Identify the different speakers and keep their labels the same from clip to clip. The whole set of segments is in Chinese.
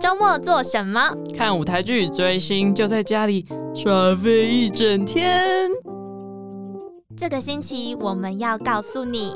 Speaker 1: 周末做什么？
Speaker 2: 看舞台剧、追星，就在家里耍废一整天。
Speaker 1: 这个星期我们要告诉你。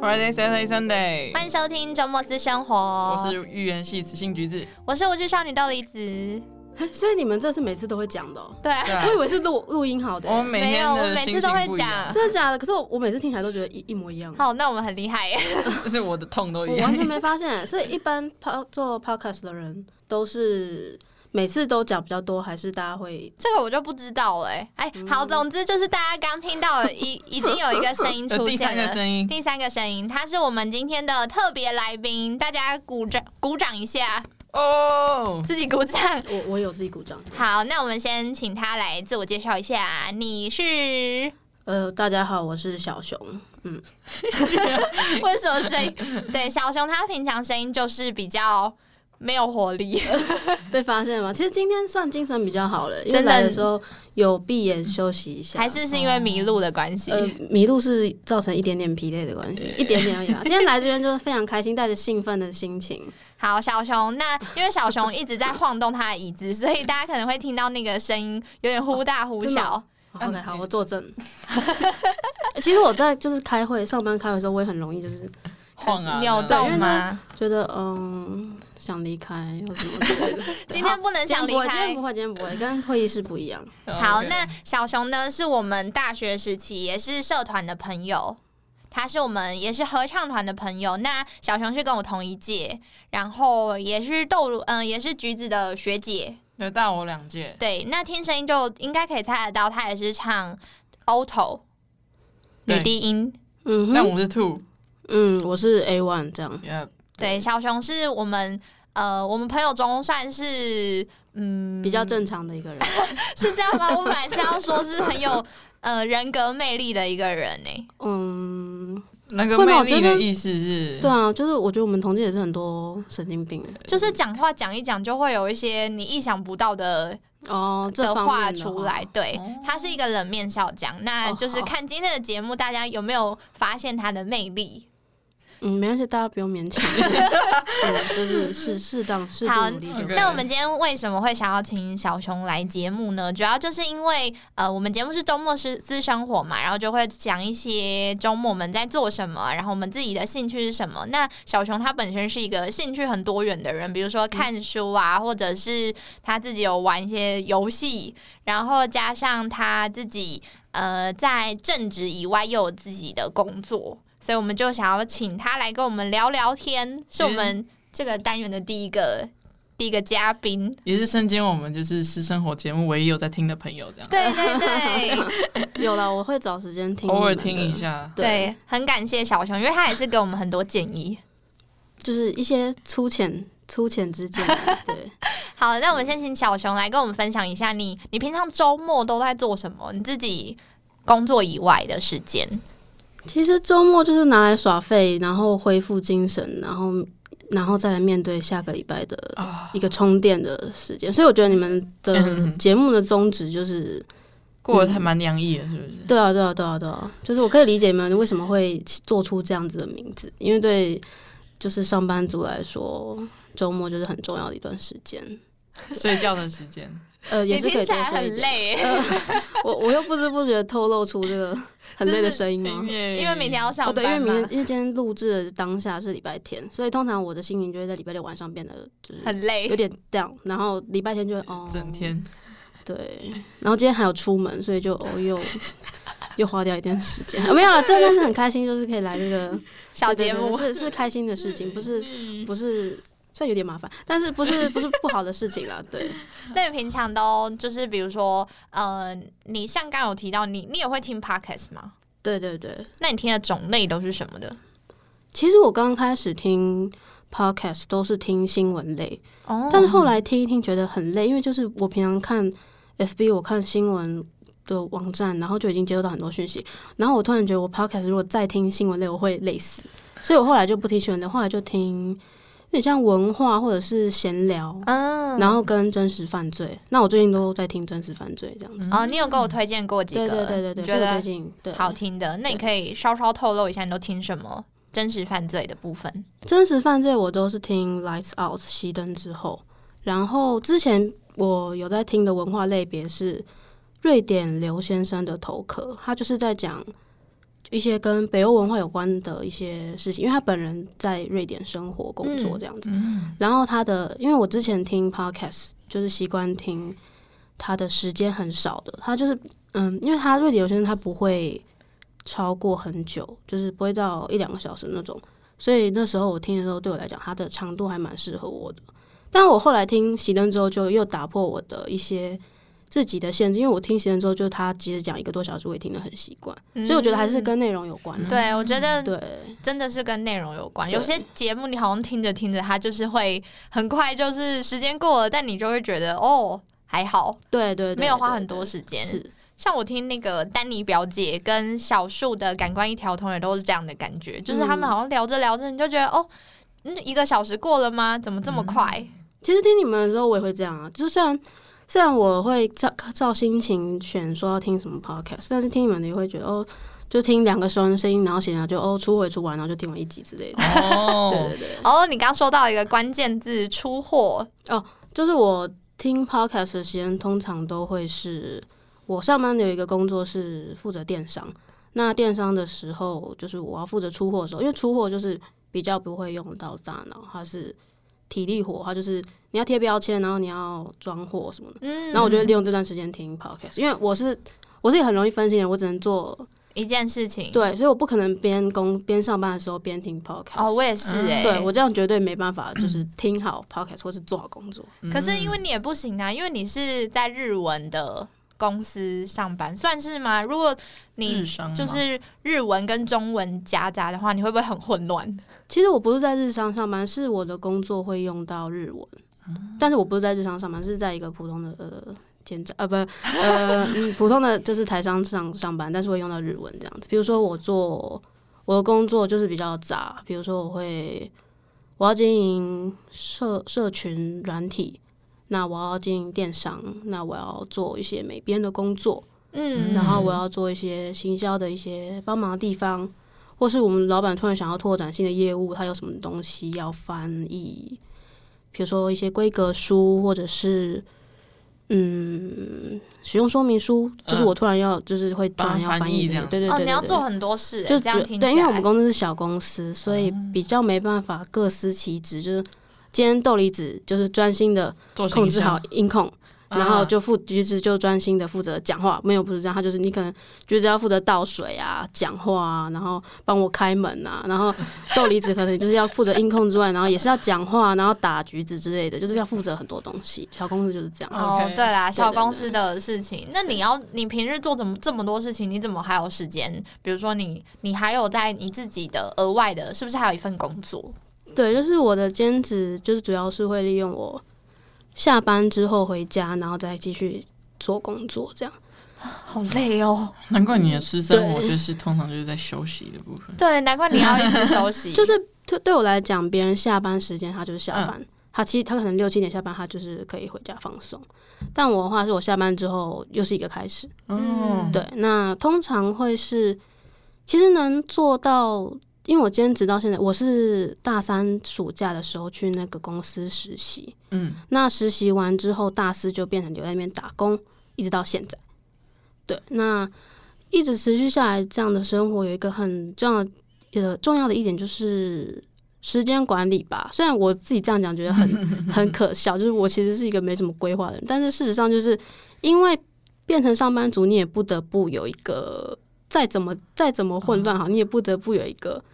Speaker 2: Friday, Saturday, Sunday，
Speaker 1: 欢迎哦收听周末私生活，
Speaker 2: 我
Speaker 1: 我
Speaker 2: 是预言系雌性橘子。
Speaker 1: 我是无趣少女豆梨子。
Speaker 3: 所以你们这是每次都会讲的、哦，
Speaker 1: 对，
Speaker 2: 对啊
Speaker 3: 我以为是录录音好的、欸
Speaker 2: 我们每
Speaker 1: 没
Speaker 2: 天
Speaker 1: 有，哎我
Speaker 2: 的
Speaker 1: 每
Speaker 2: 心
Speaker 1: 次
Speaker 2: 情
Speaker 1: 都会
Speaker 2: 不一样，
Speaker 1: 讲。
Speaker 3: 真的假的？可是我我每次听起来都觉得一一模一样，
Speaker 1: 好，那我们很厉害 耶。
Speaker 2: 这是我的痛都一
Speaker 3: 我
Speaker 2: 样
Speaker 3: 完。全 没发现。欸所以一般 po 做 podcast 的人都是每次都讲比较多，还是大家会
Speaker 1: 这个我就不知道了耶。哎，
Speaker 2: 嗯
Speaker 1: 好，总之就是大家刚听到了，已已经有一个声音
Speaker 2: 呃
Speaker 1: 出
Speaker 2: 第三
Speaker 1: 现
Speaker 2: 个
Speaker 1: 了。
Speaker 2: 声音，
Speaker 1: 第三个声音，他是我们今天的特别来宾，大家鼓掌鼓掌一下，
Speaker 2: 哦，
Speaker 1: 自己鼓掌。
Speaker 3: 我我有自己鼓掌。
Speaker 1: 好，那我们先请他来自我介绍一下，你是
Speaker 3: 呃，大家好，我是 小熊。嗯，
Speaker 1: 为什么声 音？对，小熊他平常声音就是比较没有活力，
Speaker 3: 被发现了吗？其实今天算精神比较好了，因为
Speaker 1: 真的
Speaker 3: 来的时候有闭眼休息一下，
Speaker 1: 还是是因为迷路的关系？
Speaker 3: 呃，迷路是造成一点点疲累的关系，一点点而已啦。今天来这边就是非常开心，带着兴奋的心情。
Speaker 1: 好，小熊，那因为小熊一直在晃动他的椅子，所以大家可能会听到那个声音有点忽大忽
Speaker 3: 真的
Speaker 1: 小
Speaker 3: 哦。OK，好，我作证。 其实我在就是开会、上班开会的时候，我也很容易就是
Speaker 2: 晃 啊，
Speaker 1: 扭
Speaker 2: 这样
Speaker 3: 因
Speaker 1: 动
Speaker 3: 为
Speaker 1: 吗
Speaker 3: 呢？觉得嗯想离开或什么之类的。
Speaker 1: 今天不能
Speaker 3: 今
Speaker 1: 想
Speaker 3: 天
Speaker 1: 离
Speaker 3: 不会，今
Speaker 1: 开
Speaker 3: 天不。会，今天不会，跟会议室不一样。
Speaker 2: 哦
Speaker 1: 好，
Speaker 2: OK
Speaker 1: 那小熊呢是我们大学时期也是社团的朋友，他是我们也是合唱团的朋友。那小熊是跟我同一届，然后也是豆乳，嗯、也是橘子的学姐。
Speaker 2: 对大我两届，
Speaker 1: 对，那听声音就应该可以猜得到，他也是唱 alto 女
Speaker 2: 对
Speaker 1: 低音。
Speaker 3: 嗯
Speaker 2: 但
Speaker 3: 哼，
Speaker 2: 我是 two，
Speaker 3: 嗯，我是 A one 这样。
Speaker 2: yeah，
Speaker 1: 对，小熊是我们呃，我们朋友中算是嗯，
Speaker 3: 比较正常的一个人，
Speaker 1: 是这样吗？我本来是要说是很 有呃人格魅力的一个人欸呢、
Speaker 3: 嗯，
Speaker 2: 那个
Speaker 3: 会吗
Speaker 2: 魅
Speaker 3: 我
Speaker 2: 力
Speaker 3: 觉得
Speaker 2: 的意思是，
Speaker 3: 对啊，就是我觉得我们同届也是很多神经病
Speaker 1: 就是讲话讲一讲就会有一些你意想不到的
Speaker 3: 哦，这
Speaker 1: 的
Speaker 3: 方
Speaker 1: 话
Speaker 3: 面的
Speaker 1: 出来。对，他是一个冷面笑匠，那
Speaker 3: 哦
Speaker 1: 就是
Speaker 3: 好
Speaker 1: 看今天的节目，大家有没有发现他的魅力？
Speaker 3: 嗯，没关系，大家不用勉强，嗯，就是适适当适度
Speaker 1: 好
Speaker 3: 努力就好。
Speaker 2: OK 对
Speaker 1: 嗯那我们今天为什么会想要请小熊来节目呢？主要就是因为呃，我们节目是周末是私生活嘛，然后就会讲一些周末我们在做什么，然后我们自己的兴趣是什么。那小熊他本身是一个兴趣很多元的人，比如说看书啊，或者是他自己有玩一些游戏，然后加上他自己呃在正职以外又有自己的工作。所以我们就想要请他来跟我们聊聊天，是我
Speaker 3: 嗯
Speaker 1: 们这个单元的第一个第一个嘉宾。
Speaker 2: 也是身兼我们就是私生活节目唯一有在听的朋友，这样
Speaker 1: 对对 对
Speaker 3: 有了，我会找时间听，
Speaker 2: 偶尔听一，下，
Speaker 3: 对
Speaker 1: 对，很感谢小熊，因为他也是给我们很多建议。
Speaker 3: 就是一些粗浅粗浅之见。啊 对，
Speaker 1: 好，那我们先请小熊来跟我们分享一下你，你平常周末都在做什么？你自己工作以外的时间，
Speaker 3: 其实周末就是拿来耍废，然后恢复精神，然后然后再来面对下个礼拜的
Speaker 2: 啊
Speaker 3: 一个充电的时间。所以我觉得你们 的
Speaker 2: 嗯
Speaker 3: 节目的宗旨就是，
Speaker 2: 过得还蛮洋溢的，是不 是？
Speaker 3: 对啊，对啊，对啊，对啊，就是我可以理解你们为什么会做出这样子的名字，因为对就是上班族来说，周末就是很重要的一段时间。
Speaker 2: 睡觉的时间，
Speaker 3: 呃，也
Speaker 1: 你
Speaker 3: 是可
Speaker 1: 听
Speaker 3: 以
Speaker 1: 起
Speaker 3: 多
Speaker 1: 来
Speaker 3: 睡一
Speaker 1: 很
Speaker 3: 点。呃
Speaker 1: 累，
Speaker 3: 我 我又不知不觉透露出这个很累的 声音吗？
Speaker 1: 因
Speaker 2: 因
Speaker 1: 为明天要上
Speaker 3: 哦，
Speaker 1: 班
Speaker 3: 对，
Speaker 1: 嘛。
Speaker 3: 嗯因为明天因为今天录制的当下是礼拜天，所以通常我的心情就会在礼拜六晚上变得就是
Speaker 1: 很累
Speaker 3: 有，点 down，然后礼拜天就会哦
Speaker 2: 整天
Speaker 3: 对，然后今天还有出门，所以就哦又 又花掉一点时间， 啊没有了，但但是很开心，就是可以来这个
Speaker 1: 小
Speaker 3: 对
Speaker 1: 节
Speaker 3: 对
Speaker 1: 目嗯
Speaker 3: 对是是开心的事情，不是不是。虽然有点麻烦，但是不是不是不好的事情啦，对，
Speaker 1: 那你平常都就是比如说，呃，你像刚有提到你，你也会听 podcast 吗？
Speaker 3: 对对对，
Speaker 1: 那你听的种类都是什么的？
Speaker 3: 其实我刚开始听 podcast 都是听新闻类，
Speaker 1: 哦
Speaker 3: 但是后来听一听觉得很累，因为就是我平常看 FB，我看新闻的网站，然后就已经接收到很多讯息，然后我突然觉得我 podcast 如果再听新闻类，我会累死，所以我后来就不听新闻类，后来就听有点像文化或者是闲聊，
Speaker 1: 嗯，
Speaker 3: 然后跟真实犯罪。那我最近都在听真实犯罪这样
Speaker 2: 嗯
Speaker 3: 子，
Speaker 1: 哦，你有给我推荐过几
Speaker 3: 对
Speaker 1: 个？
Speaker 3: 对对对
Speaker 1: 你
Speaker 3: 对，
Speaker 1: 觉
Speaker 3: 就我最
Speaker 1: 得
Speaker 3: 近对
Speaker 1: 好听的，那你可以稍稍透露一下你都听什么？真实犯罪的部分？
Speaker 3: 真实犯罪我都是听《Lights Out》熄灯之后，然后之前我有在听的文化类别是瑞典刘先生的《头壳》，他就是在讲一些跟北欧文化有关的一些事情，因为他本人在瑞典生活工作这样子。然后他的，因为我之前听 Podcast 就是习惯听他的时间很少的，他就是嗯，因为他瑞典刘先生他不会超过很久，就是不会到一两个小时那种。所以那时候我听的时候，对我来讲，它的长度还蛮适合我的。但我后来听熄灯之后，就又打破我的一些自己的限制，因为我听熄灯之后，就它即使讲一个多小时，我也听得很习惯。所以我觉得还是跟内容有关、啊。
Speaker 1: 嗯对，我觉得
Speaker 3: 对
Speaker 1: 真的是跟内容有关。
Speaker 3: 对
Speaker 1: 有些节目你好像听着听着，它就是会很快，就是时间过了，但你就会觉得哦还好，
Speaker 3: 对对对，
Speaker 1: 没有花很
Speaker 3: 对
Speaker 1: 多时间。
Speaker 3: 是
Speaker 1: 像我听那个丹尼表姐跟小树的《感官一条通》也都是这样的感觉，就是他
Speaker 3: 嗯
Speaker 1: 们好像聊着聊着，你就觉得哦，嗯，一个小时过了吗？怎么这么
Speaker 3: 嗯
Speaker 1: 快？
Speaker 3: 其实听你们的时候，我也会这样啊。就是虽然虽然我会照照心情选说要听什么 podcast，但是听你们的也会觉得哦，就听两个熟人的声音，然后闲聊就哦出回出完，然后就听完一集之类的。
Speaker 2: 哦，
Speaker 3: 对对对。
Speaker 1: 哦，你刚刚说到一个关键字“出货
Speaker 3: 就是我听 podcast 的时间通常都会是，我上班有一个工作是负责电商，那电商的时候就是我要负责出货的时候，因为出货就是比较不会用到大脑，它是体力活，它就是你要贴标签，然后你要装货什么的”，。
Speaker 1: 嗯，
Speaker 3: 然后我就会利用这段时间听 podcast，因为我是我是一个很容易分心的人，我只能做
Speaker 1: 一件事情。
Speaker 3: 对，所以我不可能边工边上班的时候边听 podcast。
Speaker 1: 哦，我也是哎、
Speaker 3: 嗯对我这样绝对没办法，就是听好 podcast 或是做好工作。
Speaker 1: 可是因为
Speaker 3: 嗯
Speaker 1: 你也不行啊，因为你是在日文的公司上班，算是吗？如果
Speaker 2: 日
Speaker 1: 你
Speaker 2: 商嘛
Speaker 1: 就是日文跟中文夹杂的话，你会不会很混乱？
Speaker 3: 其实我不是在日商上班，是我的工作会用到日文，但是我不是在日商上班，是在一个普通的呃简站呃不呃、嗯普通的就是台商上上班，但是会用到日文这样子。比如说我做我的工作就是比较杂，比如说我会我要经营社社群软体，那我要经营电商，那我要做一些美编的工作，
Speaker 1: 嗯，
Speaker 3: 然后我要做一些行销的一些帮忙的地方，或是我们老板突然想要拓展新的业务，他有什么东西要翻译，比如说一些规格书，或者是嗯使用说明书，就是
Speaker 2: 嗯
Speaker 3: 我突然要就是会突
Speaker 2: 帮
Speaker 3: 然
Speaker 2: 他
Speaker 3: 要
Speaker 2: 翻
Speaker 3: 翻
Speaker 2: 译
Speaker 3: 译
Speaker 2: 这
Speaker 3: 些
Speaker 2: 样
Speaker 3: 对对对
Speaker 1: 哦，
Speaker 3: 对
Speaker 1: 你要
Speaker 3: 对
Speaker 1: 做很多事、欸
Speaker 3: 就
Speaker 1: 这样
Speaker 3: 主
Speaker 1: 听起
Speaker 3: 对，因为我们
Speaker 1: 来。
Speaker 3: 公司是小公司，所以比
Speaker 2: 哦
Speaker 3: 较没办法各司其职，就是今天豆梨子就是专心的
Speaker 2: 做
Speaker 3: 控
Speaker 2: 形
Speaker 3: 制好
Speaker 2: 象，
Speaker 3: 音控。
Speaker 2: 啊
Speaker 3: 然后就负橘子就专心的负责讲话，没有不是这样，他就是你可能橘子要负责倒水啊、讲话啊，然后帮我开门啊，然后豆梨子可能就是要负责音控之外，然后也是要讲话，然后打橘子之类的，就是要负责很多东西。小公司就是这样，
Speaker 1: 哦，
Speaker 2: OK
Speaker 1: 对啦，小
Speaker 3: 对对
Speaker 1: 公司的事情。那你要，你平日做怎么这么多事情？你怎么还有时间？比如说你，你还有在你自己的额外的，是不是还有一份工作？
Speaker 3: 对，就是我的兼职，就是主要是会利用我下班之后回家，然后再继续做工作这样。
Speaker 1: 好累哦。
Speaker 2: 难怪你的私生活
Speaker 3: 对
Speaker 2: 就是通常就是在休息的部分，
Speaker 1: 对，难怪你要一直休 息。
Speaker 3: 就是对对我来讲，别人下班时间他就是下班，他其实他可能六七点下班，他就是可以回家放松。但我的话是我下班之后又是一个开始，
Speaker 2: 哦，
Speaker 3: 嗯对，那通常会是其实能做到，因为我兼职到现在，我是大三暑假的时候去那个公司实习，
Speaker 2: 嗯，
Speaker 3: 那实习完之后大四就变成留在那边打工，一直到现在。对，那一直持续下来这样的生活，有一个很重要的呃重要的一点就是时间管理吧。虽然我自己这样讲觉得很很可笑，就是我其实是一个没什么规划的人，但是事实上就是因为变成上班族，你也不得不有一个再怎么再怎么混乱好，你也不得不有一个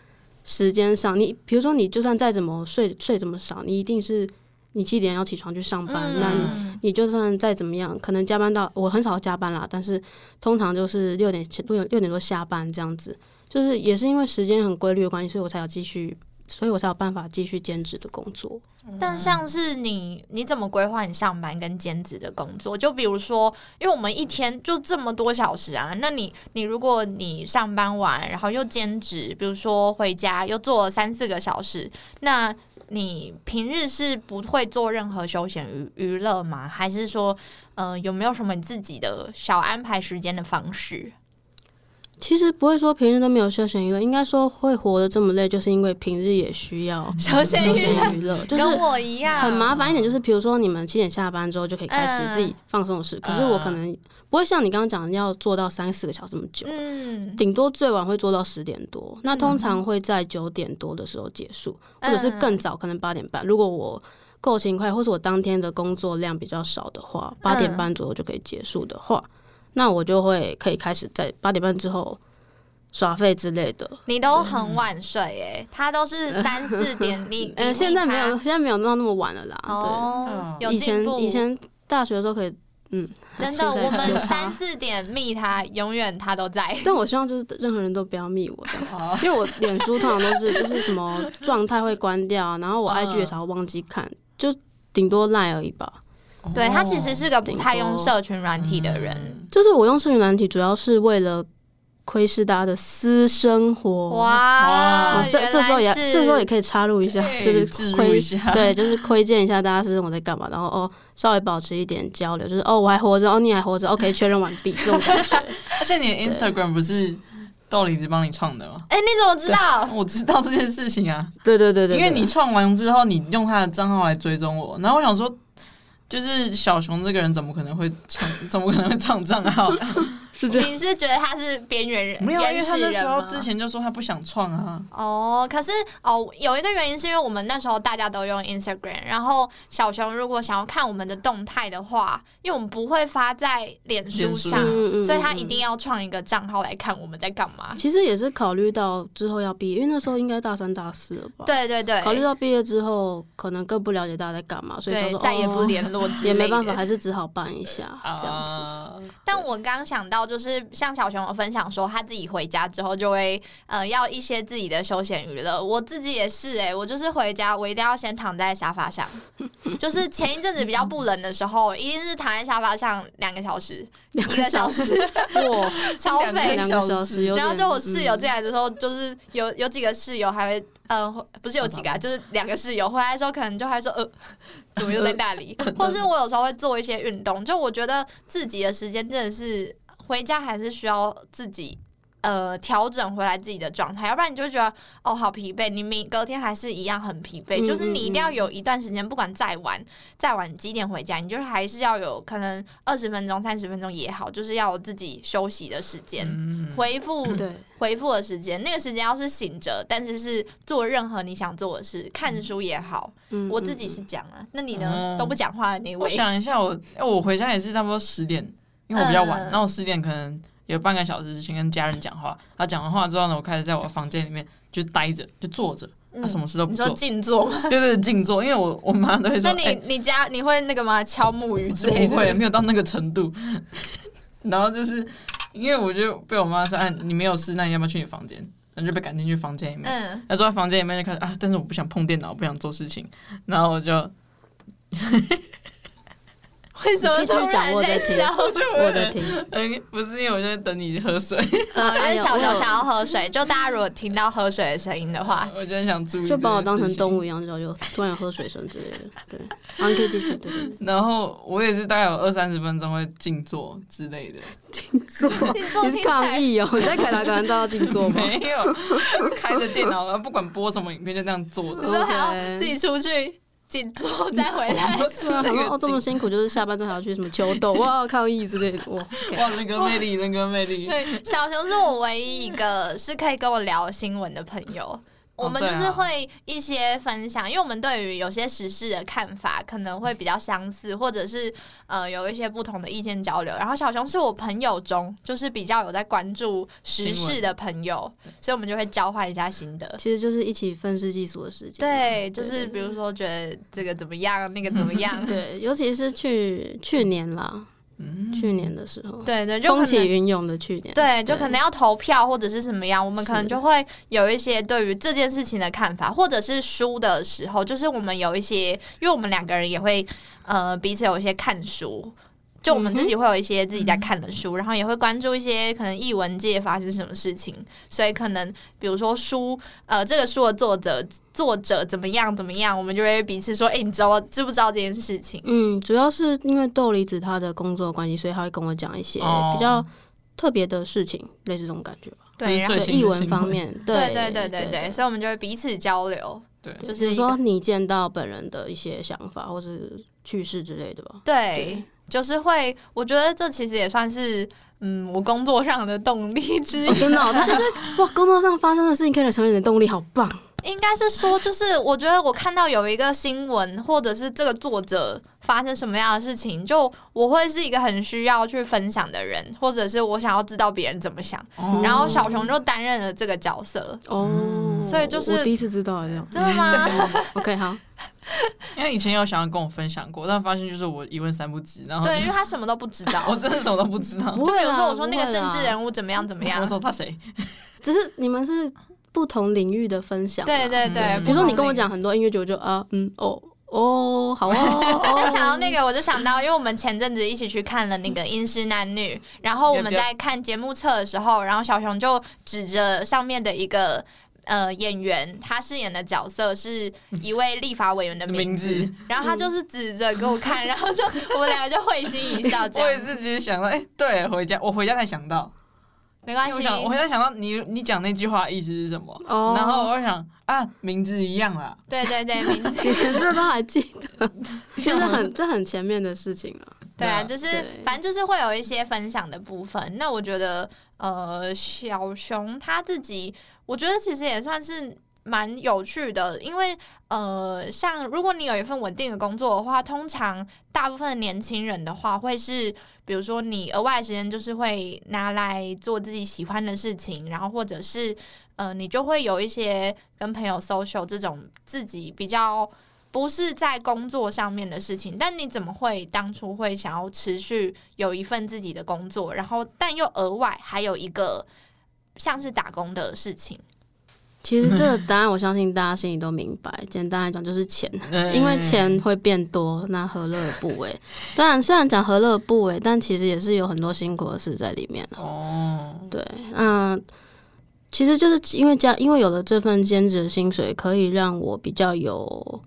Speaker 3: 时间上，你比如说你就算再怎么睡睡怎么少，你一定是你七点要起床去上班，那你
Speaker 1: 嗯，
Speaker 3: 你就算再怎么样，可能加班到我很少加班啦，但是通常就是六点前六六点多下班这样子，就是也是因为时间很规律的关系，所以我才有继续，所以我才有办法继续兼职的工作。
Speaker 1: 但
Speaker 3: 嗯
Speaker 1: 像是你，你怎么规划你上班跟兼职的工作？就比如说，因为我们一天就这么多小时啊，那你你如果你上班完，然后又兼职，比如说回家又做了三四个小时，那你平日是不会做任何休闲娱娱乐吗？还是说，呃，有没有什么你自己的小安排时间的方式？
Speaker 3: 其实不会说平日都没有休闲娱乐，应该说会活得这么累，就是因为平日也需要
Speaker 1: 休闲
Speaker 3: 休
Speaker 1: 娱乐
Speaker 3: 闲 娱乐，就是
Speaker 1: 跟我一样，
Speaker 3: 很麻烦一点，就是比如说你们七点下班之后就可以开始
Speaker 1: 嗯
Speaker 3: 自己放松的事，可是我可能不会像你刚刚讲的要做到三四个小时这么久，
Speaker 1: 嗯，
Speaker 3: 顶多最晚会做到十点多，那通常会在九点多的时候结束，或
Speaker 1: 嗯
Speaker 3: 者是更早，可能八点半。如果我够勤快，或是我当天的工作量比较少的话，八点半左右就可以结束的话，那我就会可以开始在八点半之后耍废之类的。
Speaker 1: 你都很晚睡诶、他都是三四 点，你
Speaker 3: 嗯呃，
Speaker 1: 你
Speaker 3: 现在没有，
Speaker 1: 问
Speaker 3: 现在没有弄到那么晚了啦。
Speaker 1: 他哦，
Speaker 3: 对，
Speaker 1: 有
Speaker 3: 以
Speaker 1: 进
Speaker 3: 前
Speaker 1: 步，
Speaker 3: 以前啊大学的时候可以，
Speaker 1: 真
Speaker 2: 现
Speaker 1: 的，
Speaker 2: 在
Speaker 1: 我
Speaker 2: 有
Speaker 1: 们
Speaker 2: 差
Speaker 1: 三四点密他，永远他都在。
Speaker 3: 但我希望就是任何人都不要密我这样， 因为我脸书通常都是就是什么状态会关掉啊，然后我
Speaker 2: 嗯
Speaker 3: IG 也常忘记看，就顶多赖而已吧。
Speaker 1: 对他其
Speaker 2: 哦
Speaker 1: 实是个不
Speaker 3: 哦顶
Speaker 1: 太用
Speaker 3: 多
Speaker 1: 社群软体的
Speaker 2: 嗯
Speaker 1: 人。
Speaker 3: 就是我用社群软体主要是为了窥视大家的私生活。
Speaker 1: 哇
Speaker 3: 哦，嗯这这时候也这时候也可以插入一下，啊就是
Speaker 2: 置入一
Speaker 3: 窥
Speaker 2: 下，
Speaker 3: 对，就是窥见一下大家私生活在干嘛，然后哦稍微保持一点交流，就是哦我还活着，哦你还活着，OK 确认完毕这种感 觉。
Speaker 2: 而且你的 Instagram 不是豆梨子帮你创的吗？
Speaker 1: 哎、你怎么知道？
Speaker 2: 我知道这件事情啊，
Speaker 3: 对对对对，
Speaker 2: 因为
Speaker 3: 对
Speaker 2: 你创完之后，你用他的账号来追踪我，然后我想说，就是小熊这个人怎么可能会创，怎么可能会创账号？
Speaker 3: 是这样。
Speaker 1: 你是觉得他是边缘 人，
Speaker 3: 啊
Speaker 2: 没有，啊因为
Speaker 1: 原
Speaker 2: 他
Speaker 1: 始
Speaker 2: 那时
Speaker 1: 人
Speaker 2: 候
Speaker 1: 吗？
Speaker 2: 之前就说他不想创啊。
Speaker 1: 哦，可是哦，有一个原因是因为我们那时候大家都用 Instagram，然后小熊如果想要看我们的动态的话，因为我们不会发在脸书
Speaker 2: 脸书
Speaker 1: 上，
Speaker 3: 嗯
Speaker 1: 所以他一定要创一个账号来看我们在干嘛。
Speaker 3: 其实也是考虑到之后要毕业，因为那时候应该大三大四了吧？，
Speaker 1: 对对对，
Speaker 3: 考虑到毕业之后可能更不了解大家在干嘛，所以想
Speaker 1: 对
Speaker 3: 说
Speaker 1: 再也不
Speaker 3: 哦
Speaker 1: 联络之
Speaker 3: 也没
Speaker 1: 类
Speaker 3: 办
Speaker 1: 的
Speaker 3: 法，还是只好办一下这样
Speaker 2: 啊
Speaker 3: 子。
Speaker 1: 啊
Speaker 2: 子，
Speaker 1: 但我刚想到，就是像小熊有分享说，他自己回家之后就会，呃，要一些自己的休闲娱乐。我自己也是、欸，我就是回家，我一定要先躺在沙发 上。就是前一阵子比较不冷的时候，一定是躺在沙发上两个小时，一个小时，
Speaker 3: 哇，
Speaker 1: 超
Speaker 2: 两
Speaker 1: 费
Speaker 3: 两。个小时有点，嗯
Speaker 1: 然后就我室友进
Speaker 3: 样，
Speaker 1: 来的时候，就是有有几个室友还会，呃，会不是有
Speaker 3: 嗯
Speaker 1: 几个、啊，就是两个室友回来的时候，可能就还说，呃， 怎么又在那 里？或是我有时候会做一些运动，就我觉得自己的时间真的是回家还是需要自己。呃，调整回来自己的状态，要不然你就会觉得哦，好疲惫，你明隔天还是一样很疲惫。
Speaker 3: 嗯
Speaker 1: 就是你一定要
Speaker 3: 嗯嗯
Speaker 1: 有一段时间，不管再晚再晚几点回家，你就是还是要有可能二十分钟、三十分钟也好，就是要有自己休息的时间。
Speaker 2: 嗯
Speaker 1: 回复
Speaker 3: 对，
Speaker 1: 回复的时间，那个时间要是醒着，但是是做任何你想做的事，看书也好，
Speaker 3: 嗯
Speaker 1: 我自己
Speaker 3: 嗯
Speaker 1: 是讲啊，那你呢？
Speaker 2: 嗯
Speaker 1: 都不讲话的那
Speaker 2: 我
Speaker 1: 位，
Speaker 2: 想一下我，哎我回家也是差不多十点，因为我比较晚，
Speaker 1: 嗯
Speaker 2: 然后我十点可能有半个小时之前跟家人讲话，然后讲完话之后呢，我开始在我房间里面就待着，就坐着，
Speaker 1: 嗯
Speaker 2: 啊，什么事都不
Speaker 1: 你
Speaker 2: 做
Speaker 1: 说，静坐吗？
Speaker 2: 对对，静坐，因为我我妈都会说，
Speaker 1: 那你、
Speaker 2: 哎
Speaker 1: 你家你会那个吗？敲木鱼之类
Speaker 2: 不
Speaker 1: 的？
Speaker 2: 会，没有到那个程度。 然后就是因为我就被我妈说，哎，你没有事，那你要不要去你房间？然后就被赶进去房间里面。
Speaker 1: 嗯，
Speaker 2: 那坐在房间里面就开始啊，但是我不想碰电脑，我不想做事情，然后我就，
Speaker 1: 为什么
Speaker 3: 你可以继
Speaker 1: 突
Speaker 3: 续
Speaker 1: 讲
Speaker 3: 讲我
Speaker 1: 在
Speaker 3: 在听
Speaker 1: 笑？
Speaker 3: 我的 天，
Speaker 2: 嗯，不是因为我在等你喝水，
Speaker 1: 呃，因
Speaker 3: 哎
Speaker 1: 为
Speaker 3: 呦
Speaker 1: 小
Speaker 3: 我
Speaker 1: 熊
Speaker 3: 有
Speaker 1: 想要喝水，就大家如果听到喝水的声音的话，
Speaker 2: 我就很想注意，
Speaker 3: 啊就把我当成动
Speaker 2: 物。
Speaker 3: 物一样，就就突然有喝水声之类的，对，然后你可以继续，对对对，
Speaker 2: 然后我也是大概有二三十分钟会静坐之类的，
Speaker 3: 静坐，
Speaker 1: 静坐听
Speaker 3: 你是
Speaker 1: 起来
Speaker 3: 抗议哦，你在凯达格兰大道静坐吗？
Speaker 2: 没有，就是开着电脑，然后啊不管播什么影片就这样坐
Speaker 1: 你
Speaker 2: 着。
Speaker 1: 说还要
Speaker 3: OK
Speaker 1: 自己出去静 坐再回来，
Speaker 2: 不是
Speaker 3: 啊，
Speaker 2: 那
Speaker 3: 然后
Speaker 2: 个
Speaker 3: 哦这
Speaker 2: 静
Speaker 3: 么辛苦，就是下班之后还要去什么秋斗哇、抗议之类的， 哇，
Speaker 2: 哇，人格魅力，人格魅力。
Speaker 1: 对，小熊是我唯一一个是可以跟我聊新闻的朋友。我们就
Speaker 2: 对
Speaker 1: 是
Speaker 2: 啊
Speaker 1: 会一些分享，因为我们对于有些时事的看法可能会比较相似，或者是呃有一些不同的意见交流。然后小熊是我朋友中就是比较有在关注时
Speaker 2: 新
Speaker 1: 事
Speaker 2: 闻
Speaker 1: 的朋友，所以我们就会交换一下心得。
Speaker 3: 其实就是一起愤世嫉俗的事情。
Speaker 1: 对，就是
Speaker 3: 对
Speaker 1: 比如说觉得这个怎么样，那个怎么 样，
Speaker 3: 对，尤其是去去年啦，
Speaker 2: 嗯
Speaker 3: 去年的时候，
Speaker 1: 对对，就可
Speaker 3: 风
Speaker 1: 能
Speaker 3: 起云涌的去年，
Speaker 1: 对，就可能要投票或者是什么样，我们可能
Speaker 3: 是
Speaker 1: 就会有一些对于这件事情的看法，或者是书的时候，就是我们有一些，因为我们两个人也会呃彼此有一些看书。就我们自己会有一些自己在看的书，然后也会关注一些可能译文界发生什么事情，所以可能比如说书，呃，这个书的作者作者怎么样怎么样，我们就会彼此说，哎、你知道知不知道这件事情？
Speaker 3: 嗯，主要是因为豆梨子她的工作关系，所以她会跟我讲一些
Speaker 2: 哦
Speaker 3: 比较特别的事情，类似这种感觉吧。
Speaker 2: 就
Speaker 1: 对，
Speaker 2: 是
Speaker 1: 然后
Speaker 2: 最
Speaker 3: 对
Speaker 2: 新的
Speaker 3: 译文
Speaker 2: 新
Speaker 3: 方
Speaker 2: 闻
Speaker 3: 面，
Speaker 1: 对对
Speaker 3: 对
Speaker 1: 对对对，所以我们就会彼此交流，
Speaker 2: 对
Speaker 3: 对
Speaker 1: 就是
Speaker 3: 比如
Speaker 1: 一个
Speaker 3: 说你见到本人的一些想法或是趣事之类的 吧。
Speaker 1: 对，就是会，我觉得这其实也算是嗯我工作上的动力之一
Speaker 3: 哦，。真 的、哦，他就是哇，工作上发生的事情可以成为你的动力，好棒！
Speaker 1: 应该是说，就是我觉得我看到有一个新闻，或者是这个作者发生什么样的事情，就我会是一个很需要去分享的人，或者是我想要知道别人怎么想。
Speaker 2: 哦
Speaker 1: 然后小熊就担任了这个角色，
Speaker 3: 哦，
Speaker 1: 所以就是
Speaker 3: 我第一次知道这样。
Speaker 1: 真的吗？
Speaker 3: 哦 OK，好，
Speaker 2: 因为以前有想要跟我分享过，但发现就是我一问三不知，
Speaker 3: 哦
Speaker 2: 然后
Speaker 1: 对，因为他什么都不知 道
Speaker 2: 。我真的什么都不知道。
Speaker 3: 不
Speaker 1: 就
Speaker 3: 会
Speaker 1: 比如说，
Speaker 3: 啦
Speaker 1: 我说那
Speaker 3: 不
Speaker 1: 个
Speaker 3: 会啊
Speaker 1: 政治
Speaker 3: 啦
Speaker 1: 人物怎么样怎么样
Speaker 2: 我，说他谁？
Speaker 3: 只是你们是不同领域的分享啊。
Speaker 1: 对对对。
Speaker 2: 嗯
Speaker 3: 比如说你跟我
Speaker 1: 不同领域
Speaker 3: 讲很多音乐剧，我就啊嗯哦哦好哦
Speaker 1: 但
Speaker 3: 哦，
Speaker 1: 想到那个，我就想到，因为我们前阵子一起去看了那个《阴湿男女》，然后我们在看节目册的时候，然后小熊就指着上面的一个呃演员，他饰演的角色是一位立法委员的名字，
Speaker 2: 名字嗯
Speaker 1: 然后他就是指着给我看，然后就我们两个就会心一笑，
Speaker 3: 啊
Speaker 1: 这
Speaker 2: 我也
Speaker 1: 样
Speaker 2: 是直接想到，哎、对，回家我回家才想到，
Speaker 1: 没
Speaker 2: 因
Speaker 1: 关
Speaker 2: 为
Speaker 1: 系
Speaker 2: 我。想我回家想到你你讲那句话意思是什么，
Speaker 3: 哦
Speaker 2: 然后我就想啊名字一样啦，
Speaker 1: 对对对，名字
Speaker 3: 你连这都还记 得，其实很这很前面的事情了。
Speaker 1: 对啊，
Speaker 2: 对啊
Speaker 1: 就是
Speaker 3: 对
Speaker 1: 反正就是会有一些分享的部分。那我觉得，呃，小熊他自己，我觉得其实也算是蛮有趣的，因为呃，像如果你有一份稳定的工作的话，通常大部分年轻人的话会是，比如说你额外的时间就是会拿来做自己喜欢的事情，然后或者是呃，你就会有一些跟朋友 social 这种自己比较不是在工作上面的事情，但你怎么会当初会想要持续有一份自己的工作，然后但又额外还有一个像是打工的事情？
Speaker 3: 其实这个答案我相信大家心里都明白，简单来讲就是 钱。因为钱会变多，那何乐而不为？当然，虽然讲何乐而不为，但其实也是有很多辛苦的事在里面的。
Speaker 2: 哦，
Speaker 3: 对，那其实就是因为这样，因为有了这份兼职的薪水，可以让我比较有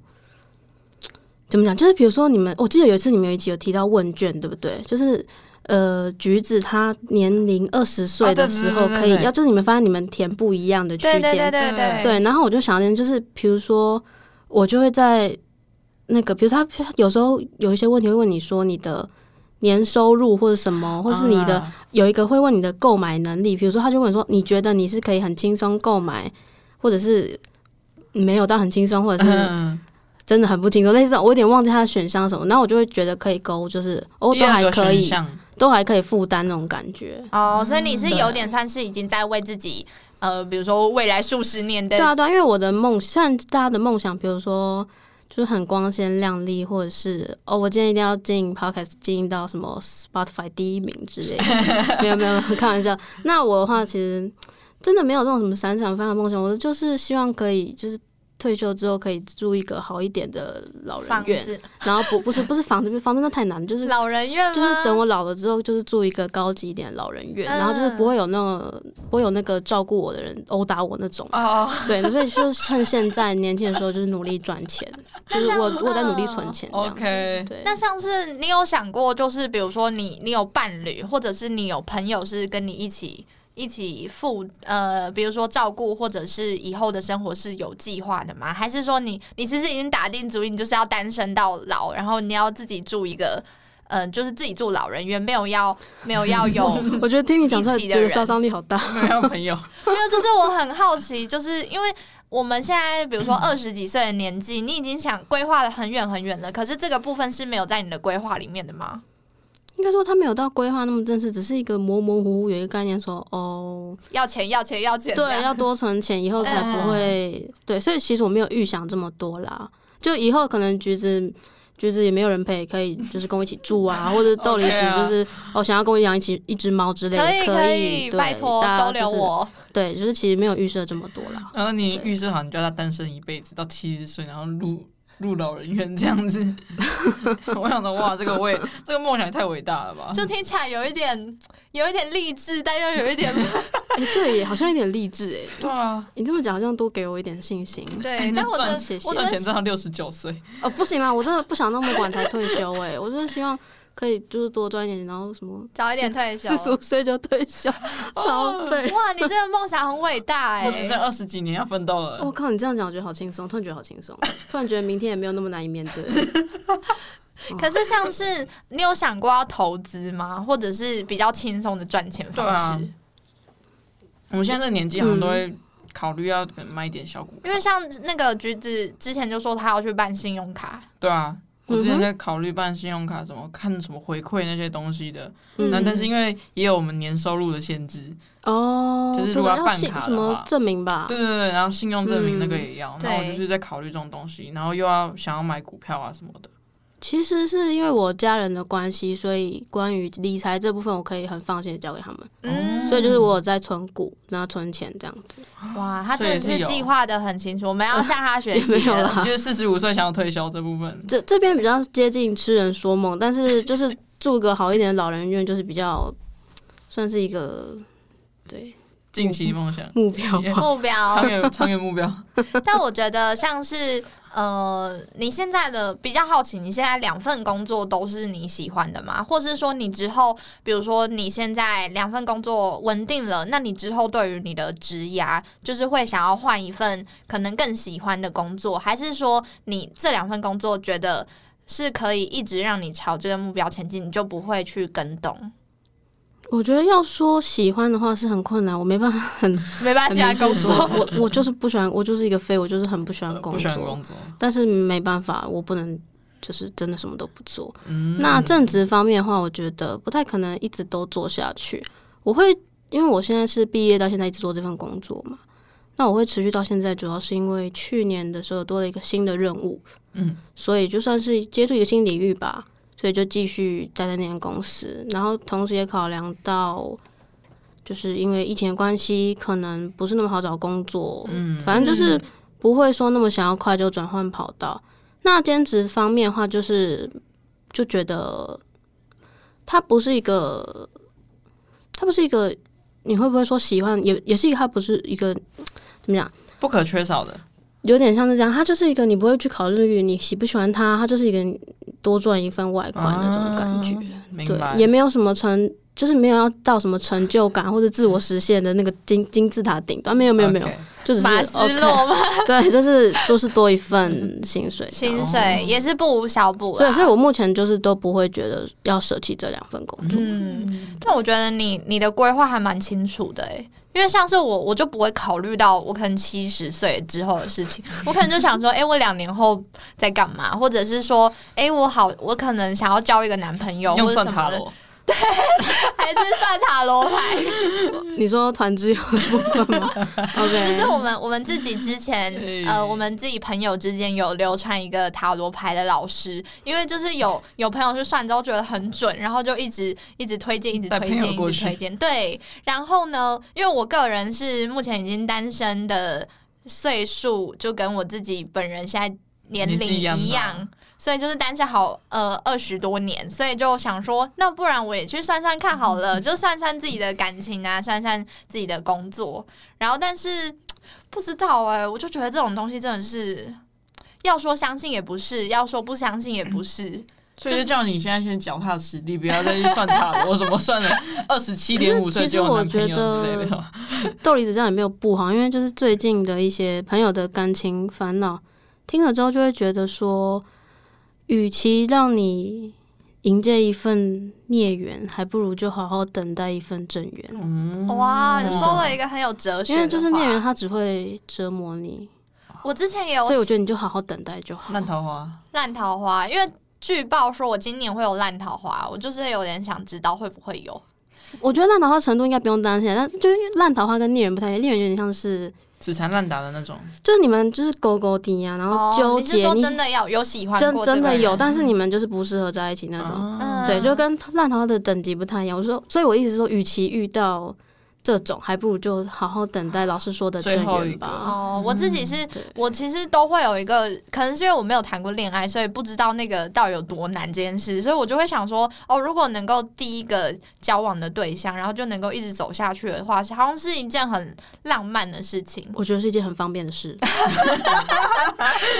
Speaker 3: 怎么讲？就是比如说你们，我记得有一次你们有一集有提到问卷，对不对？就是。呃，橘子他年龄二十岁
Speaker 2: 啊对
Speaker 3: 的时候
Speaker 2: 对对对
Speaker 3: 可以，
Speaker 2: 对
Speaker 3: 要就是你们发现你们填不一样的区间，
Speaker 2: 对对
Speaker 3: 对，然后我就想念，就是比如说，我就会在那个，比如说他有时候有一些问题会问你说你的年收入或者什么，或是你的、
Speaker 2: 啊
Speaker 3: 有一个会问你的购买能力，比如说他就问说你觉得你是可以很轻松购买，或者是没有到很轻松，或者是
Speaker 2: 嗯
Speaker 3: 真的很不轻松，类似这种我有点忘记他的选项是什么，然后我就会觉得可以勾，就是哦
Speaker 2: 第
Speaker 3: 都
Speaker 2: 二
Speaker 3: 还
Speaker 2: 个
Speaker 3: 可
Speaker 2: 选
Speaker 3: 以，
Speaker 2: 项
Speaker 3: 都还可以负担那种感觉。
Speaker 1: 哦，所以你是
Speaker 3: 嗯对
Speaker 1: 有点算是已经在为自己呃，比如说未来数十年的
Speaker 3: 对啊，对啊，因为我的梦，虽然大家的梦想，比如说就是很光鲜亮丽，或者是哦，我今天一定要经营 podcast，经营到什么 Spotify 第一名之 类的，没有没有，没有开玩笑。那我的话，其实真的没有这种什么闪闪发亮的梦想，我就是希望可以就是。退休之后可以住一个好一点的老人
Speaker 1: 房
Speaker 3: 院，
Speaker 1: 子，
Speaker 3: 然后不不是不是房子，房子那太难了，就是
Speaker 1: 老人院吗？
Speaker 3: 就是等我老了之后，就是住一个高级一点的老人院，然后就是
Speaker 1: 嗯
Speaker 3: 不会有那种不会有那个照顾我的人殴打我那种。
Speaker 2: 哦，
Speaker 3: 对，所以就是趁现在年轻的时候，就是努力赚钱，就是我
Speaker 1: 真的
Speaker 3: 我在努力存钱这样子。
Speaker 2: OK
Speaker 3: 对，
Speaker 1: 那像是你有想过，就是比如说你你有伴侣，或者是你有朋友是跟你一起一起付呃，比如说照顾，或者是以后的生活是有计划的吗？还是说你你其实已经打定主意，你就是要单身到老，然后你要自己住一个嗯、呃就是自己住老人院，没有要没有要有
Speaker 3: 我觉得听你讲出来，
Speaker 1: 一起的
Speaker 3: 觉得
Speaker 1: 人
Speaker 3: 杀伤力好大。
Speaker 2: 没有朋 友，
Speaker 1: 没有，就是我很好奇，就是因为我们现在比如说二十几岁的年纪，你已经想规划的很远很远了，可是这个部分是没有在你的规划里面的吗？
Speaker 3: 应该说他没有到规划那么正式，只是一个模模糊糊有一个概念说，哦，
Speaker 1: 要钱要钱要钱，
Speaker 3: 对，要多存钱，以后
Speaker 1: 嗯
Speaker 3: 才不会、对。所以其实我没有预想这么多啦，就以后可能橘子。橘子也没有人陪，可以就是跟我一起住啊，或 者豆梨
Speaker 2: OK
Speaker 3: 子
Speaker 2: 啊
Speaker 3: 就是哦，想要跟我养一起一只猫之类的，
Speaker 1: 可以可
Speaker 3: 以，对
Speaker 1: 拜托
Speaker 3: 大家
Speaker 1: 收留
Speaker 3: 就是。嗯
Speaker 1: 我。
Speaker 3: 对，就是其实没有预设这么多啦。
Speaker 2: 然后你
Speaker 3: 对
Speaker 2: 预设好你就要他单身一辈子到七十岁，然后入入老人院这样子， 我想说哇，这个我也这个梦想也太伟大了吧，
Speaker 1: 就听起来有一点，有一点励志，但又有一点
Speaker 3: 哎、对耶，好像有点励志哎。
Speaker 2: 对啊，
Speaker 3: 你这么讲，好像多给我一点信心。
Speaker 1: 对。但我觉得
Speaker 3: 赚，
Speaker 1: 我觉
Speaker 2: 赚钱
Speaker 1: 得
Speaker 2: 赚到六十九岁，
Speaker 3: 哦，不行啦，我真的不想那么晚才退休哎，我真的希望可以就是多赚一点，然后什么哦
Speaker 1: 早一点退休
Speaker 3: 四。十五岁就退 休，超废。
Speaker 1: 哇，你这个梦想很伟大哎、
Speaker 2: 我只剩二十几年要奋斗了
Speaker 3: 我、。靠，你这样讲，我觉得好轻松，突然觉得好轻松，突然觉得明天也没有那么难以面对。
Speaker 1: 可是像是你有想过要投资吗？或者是比较轻松的赚钱
Speaker 3: 啊
Speaker 1: 方式？
Speaker 2: 对我们现在这个年纪好像都
Speaker 3: 嗯
Speaker 2: 会考虑要可能卖一点小股票
Speaker 1: 因为像那个橘子之前就说他要去办信用卡，
Speaker 2: 对啊，我之
Speaker 3: 嗯
Speaker 2: 前
Speaker 3: 哼
Speaker 2: 在考虑办信用卡，怎么看什么回馈那些东西的。
Speaker 3: 嗯
Speaker 2: 那、但是因为也有我们年收入的限制，
Speaker 3: 哦，
Speaker 2: 就是
Speaker 3: 对
Speaker 2: 如果
Speaker 3: 吧
Speaker 2: 要
Speaker 3: 要
Speaker 2: 办
Speaker 3: 信
Speaker 2: 卡的
Speaker 3: 什么
Speaker 2: 话
Speaker 3: 证明吧？
Speaker 2: 对对对，然后信用证明那个也要。
Speaker 1: 嗯
Speaker 2: 那、我
Speaker 1: 对
Speaker 2: 就是在考虑这种东西，然后又要想要买股票啊什么 的。
Speaker 3: 其实是因为我家人的关系，所以关于理财这部分，我可以很放心的交给他们。
Speaker 1: 嗯，
Speaker 3: 哦所以就是我有在存股，然后存钱这样子。
Speaker 1: 哇，他
Speaker 2: 所以
Speaker 1: 真的是
Speaker 2: 也是有
Speaker 1: 计划的很清楚，我们要向他学
Speaker 3: 也没
Speaker 1: 习
Speaker 3: 有
Speaker 1: 了。
Speaker 3: 啦
Speaker 2: 你，就是四十五岁想要退休这部 分，
Speaker 3: 这这边比较接近痴人说梦，但是 就是住个好一点的老人院，就是比较算是一个对
Speaker 2: 近期梦想、
Speaker 3: 目标
Speaker 2: 也
Speaker 3: 吧。
Speaker 1: 目标
Speaker 2: 长，远长远 目标。
Speaker 1: 但我觉得像是呃，你现在的比较好奇，你现在两份工作都是你喜欢的吗？或是说你之后，比如说你现在两份工作稳定了，那你之后对于你的职涯，就是会想要换一份可能更喜欢的工作，还是说你这两份工作觉得是可以一直让你朝这个目标前进，你就不会去跟动？
Speaker 3: 我觉得要说喜欢的话是很困难，我没办法很
Speaker 1: 没啊办法，
Speaker 3: 很
Speaker 1: 现在
Speaker 3: 明确
Speaker 1: 工
Speaker 3: 地说
Speaker 1: 作。
Speaker 3: 我我就是不喜欢，我就是一个非，我就是很不喜欢
Speaker 2: 呃
Speaker 3: 工
Speaker 2: 不喜欢
Speaker 3: 作，
Speaker 2: 工作。
Speaker 3: 但是没办法，我不能就是真的什么都不做。
Speaker 2: 嗯，
Speaker 3: 那正职方面的话，我觉得不太可能一直都做下去。我会因为我现在是毕业到现在一直做这份工作嘛，那我会持续到现在，主要是因为去年的时候多了一个新的任务，
Speaker 2: 嗯，
Speaker 3: 所以就算是接触一个新领域吧，所以就继续待在那间公司，然后同时也考量到。就是因为疫情的关系，可能不是那么好找工作，嗯，反正就是不会说那么想要快就转换跑道。那兼职方面的话，就是就觉得它不是一个，它不是一个，你会不会说喜欢，也也是一个，它不是一个怎么讲，
Speaker 2: 不可缺少的。
Speaker 3: 有点像是这样，它就是一个你不会去考虑你喜不喜欢它，它就是一个多赚一份外快那种感觉，
Speaker 1: 啊
Speaker 2: 明白
Speaker 3: 对，。也没有什么成。就是没有要到什么成就感或者自我实现的那个金金字塔顶端，没有没有没有
Speaker 2: OK
Speaker 3: 就只是
Speaker 1: 马斯
Speaker 3: OK，
Speaker 1: 洛吗？
Speaker 3: 对，就是就是多一份薪 水这样
Speaker 1: 薪
Speaker 3: 哦
Speaker 1: 水也是不无小补啊
Speaker 3: 所以，
Speaker 1: 啦。
Speaker 3: 所以我目前就是都不会觉得要舍弃这两份工作。
Speaker 1: 嗯，但我觉得你你的规划还蛮清楚的诶、因为像是我，我就不会考虑到我可能七十岁之后的事情，我可能就想说，诶、我两年后在干嘛，或者是说，诶、我好，我可能想要交一个男朋友或
Speaker 2: 用
Speaker 1: 者
Speaker 2: 算
Speaker 1: 什
Speaker 2: 塔
Speaker 1: 么的，
Speaker 2: 罗，
Speaker 1: 还是算塔罗牌，
Speaker 3: 你说团支友的部分吗？OK，
Speaker 1: 嗯就是我们我们自己之前
Speaker 2: 哎
Speaker 1: 呃，我们自己朋友之间有流传一个塔罗牌的老师，因为就是有有朋友去算之后觉得很准，然后就一直一直推荐，一直
Speaker 2: 带
Speaker 1: 推
Speaker 2: 朋友
Speaker 1: 荐，一
Speaker 2: 过
Speaker 1: 直
Speaker 2: 去
Speaker 1: 推 荐。对，然后呢，因为我个人是目前已经单身的岁数，就跟我自己本人现在年
Speaker 2: 年
Speaker 1: 龄
Speaker 2: 纪一样
Speaker 1: 一
Speaker 2: 嘛
Speaker 1: 样。所以就是单身好呃二十多年，所以就想说，那不然我也去算算看好 了，就算算自己的感情啊，算算自己的工作。然后但是不知道哎、我就觉得这种东西真的是。要说相信也不是，要说不相信也不是，
Speaker 2: 所以就叫你现在先脚踏实地，不要再去算塔 罗什么算了二十七点五岁
Speaker 3: 其实
Speaker 2: 就有
Speaker 3: 我
Speaker 2: 男朋友
Speaker 3: 觉得
Speaker 2: 之类的。
Speaker 3: 豆梨子这样也没有不好，因为就是最近的一些朋友的感情烦恼，听了之后就会觉得说，与其让你迎接一份孽缘，还不如就好好等待一份正缘。
Speaker 2: 嗯
Speaker 1: 哇！你
Speaker 3: 真
Speaker 1: 说
Speaker 3: 的
Speaker 1: 了一个很有哲学
Speaker 3: 因
Speaker 1: 的话，
Speaker 3: 为就是孽缘，它只会折磨你，
Speaker 1: 我之前也有
Speaker 3: 所以我觉得你就好好等待就 好。
Speaker 2: 烂桃花，
Speaker 1: 烂桃花，因为据报说我今年会有烂桃花，我就是有点想知道会不会有
Speaker 3: 我觉得烂桃花程度应该不用担心，啊但就是烂桃花跟孽缘不太一样，孽缘有点像是
Speaker 2: 死缠烂打的那种。
Speaker 3: 就是你们就是勾勾底呀、然后纠
Speaker 1: 哦。你是
Speaker 3: 结，
Speaker 1: 说
Speaker 3: 你
Speaker 1: 真的要有喜欢
Speaker 3: 真
Speaker 1: 过这
Speaker 3: 真
Speaker 1: 个
Speaker 3: 的有，
Speaker 1: 人
Speaker 3: 但是你们就是不适合在一起那种。
Speaker 2: 啊
Speaker 1: 嗯
Speaker 3: 对，就跟烂桃花的等级不太一样。我说，所以我一直说，与其遇到这种，还不如就好好等待老师说的
Speaker 2: 最
Speaker 3: 正
Speaker 2: 后一
Speaker 3: 缘
Speaker 2: 个
Speaker 3: 吧。
Speaker 1: 哦，我自己是
Speaker 3: 嗯对，。
Speaker 1: 我其实都会有一个，可能是因为我没有谈过恋爱，所以不知道那个到底有多难这件事，所以我就会想说，哦，如果能够第一个交往的对象，然后就能够一直走下去的话，是好像是一件很浪漫的事情
Speaker 3: 我觉得是一件很方便的事，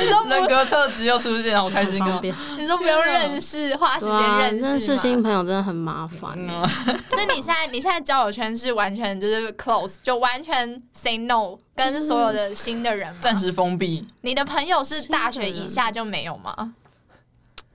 Speaker 1: 你都
Speaker 2: 人
Speaker 1: 不，
Speaker 2: 格特质又出现，好开
Speaker 3: 很
Speaker 2: 心哦
Speaker 3: 方！便。
Speaker 1: 你都不用认识，花时
Speaker 3: 啊对
Speaker 1: 间
Speaker 3: 啊，
Speaker 1: 认
Speaker 3: 认
Speaker 1: 识
Speaker 3: 识
Speaker 1: 嘛。
Speaker 3: 新朋友真的很麻烦欸、
Speaker 2: 嗯，
Speaker 1: 所以你现在，你现在交友圈是完全就是 close，就完全 say no，跟所有的新的人吗。
Speaker 2: 暂时封闭。
Speaker 1: 你的朋友是
Speaker 3: 新的
Speaker 1: 大学以
Speaker 3: 人
Speaker 1: 下就没有吗？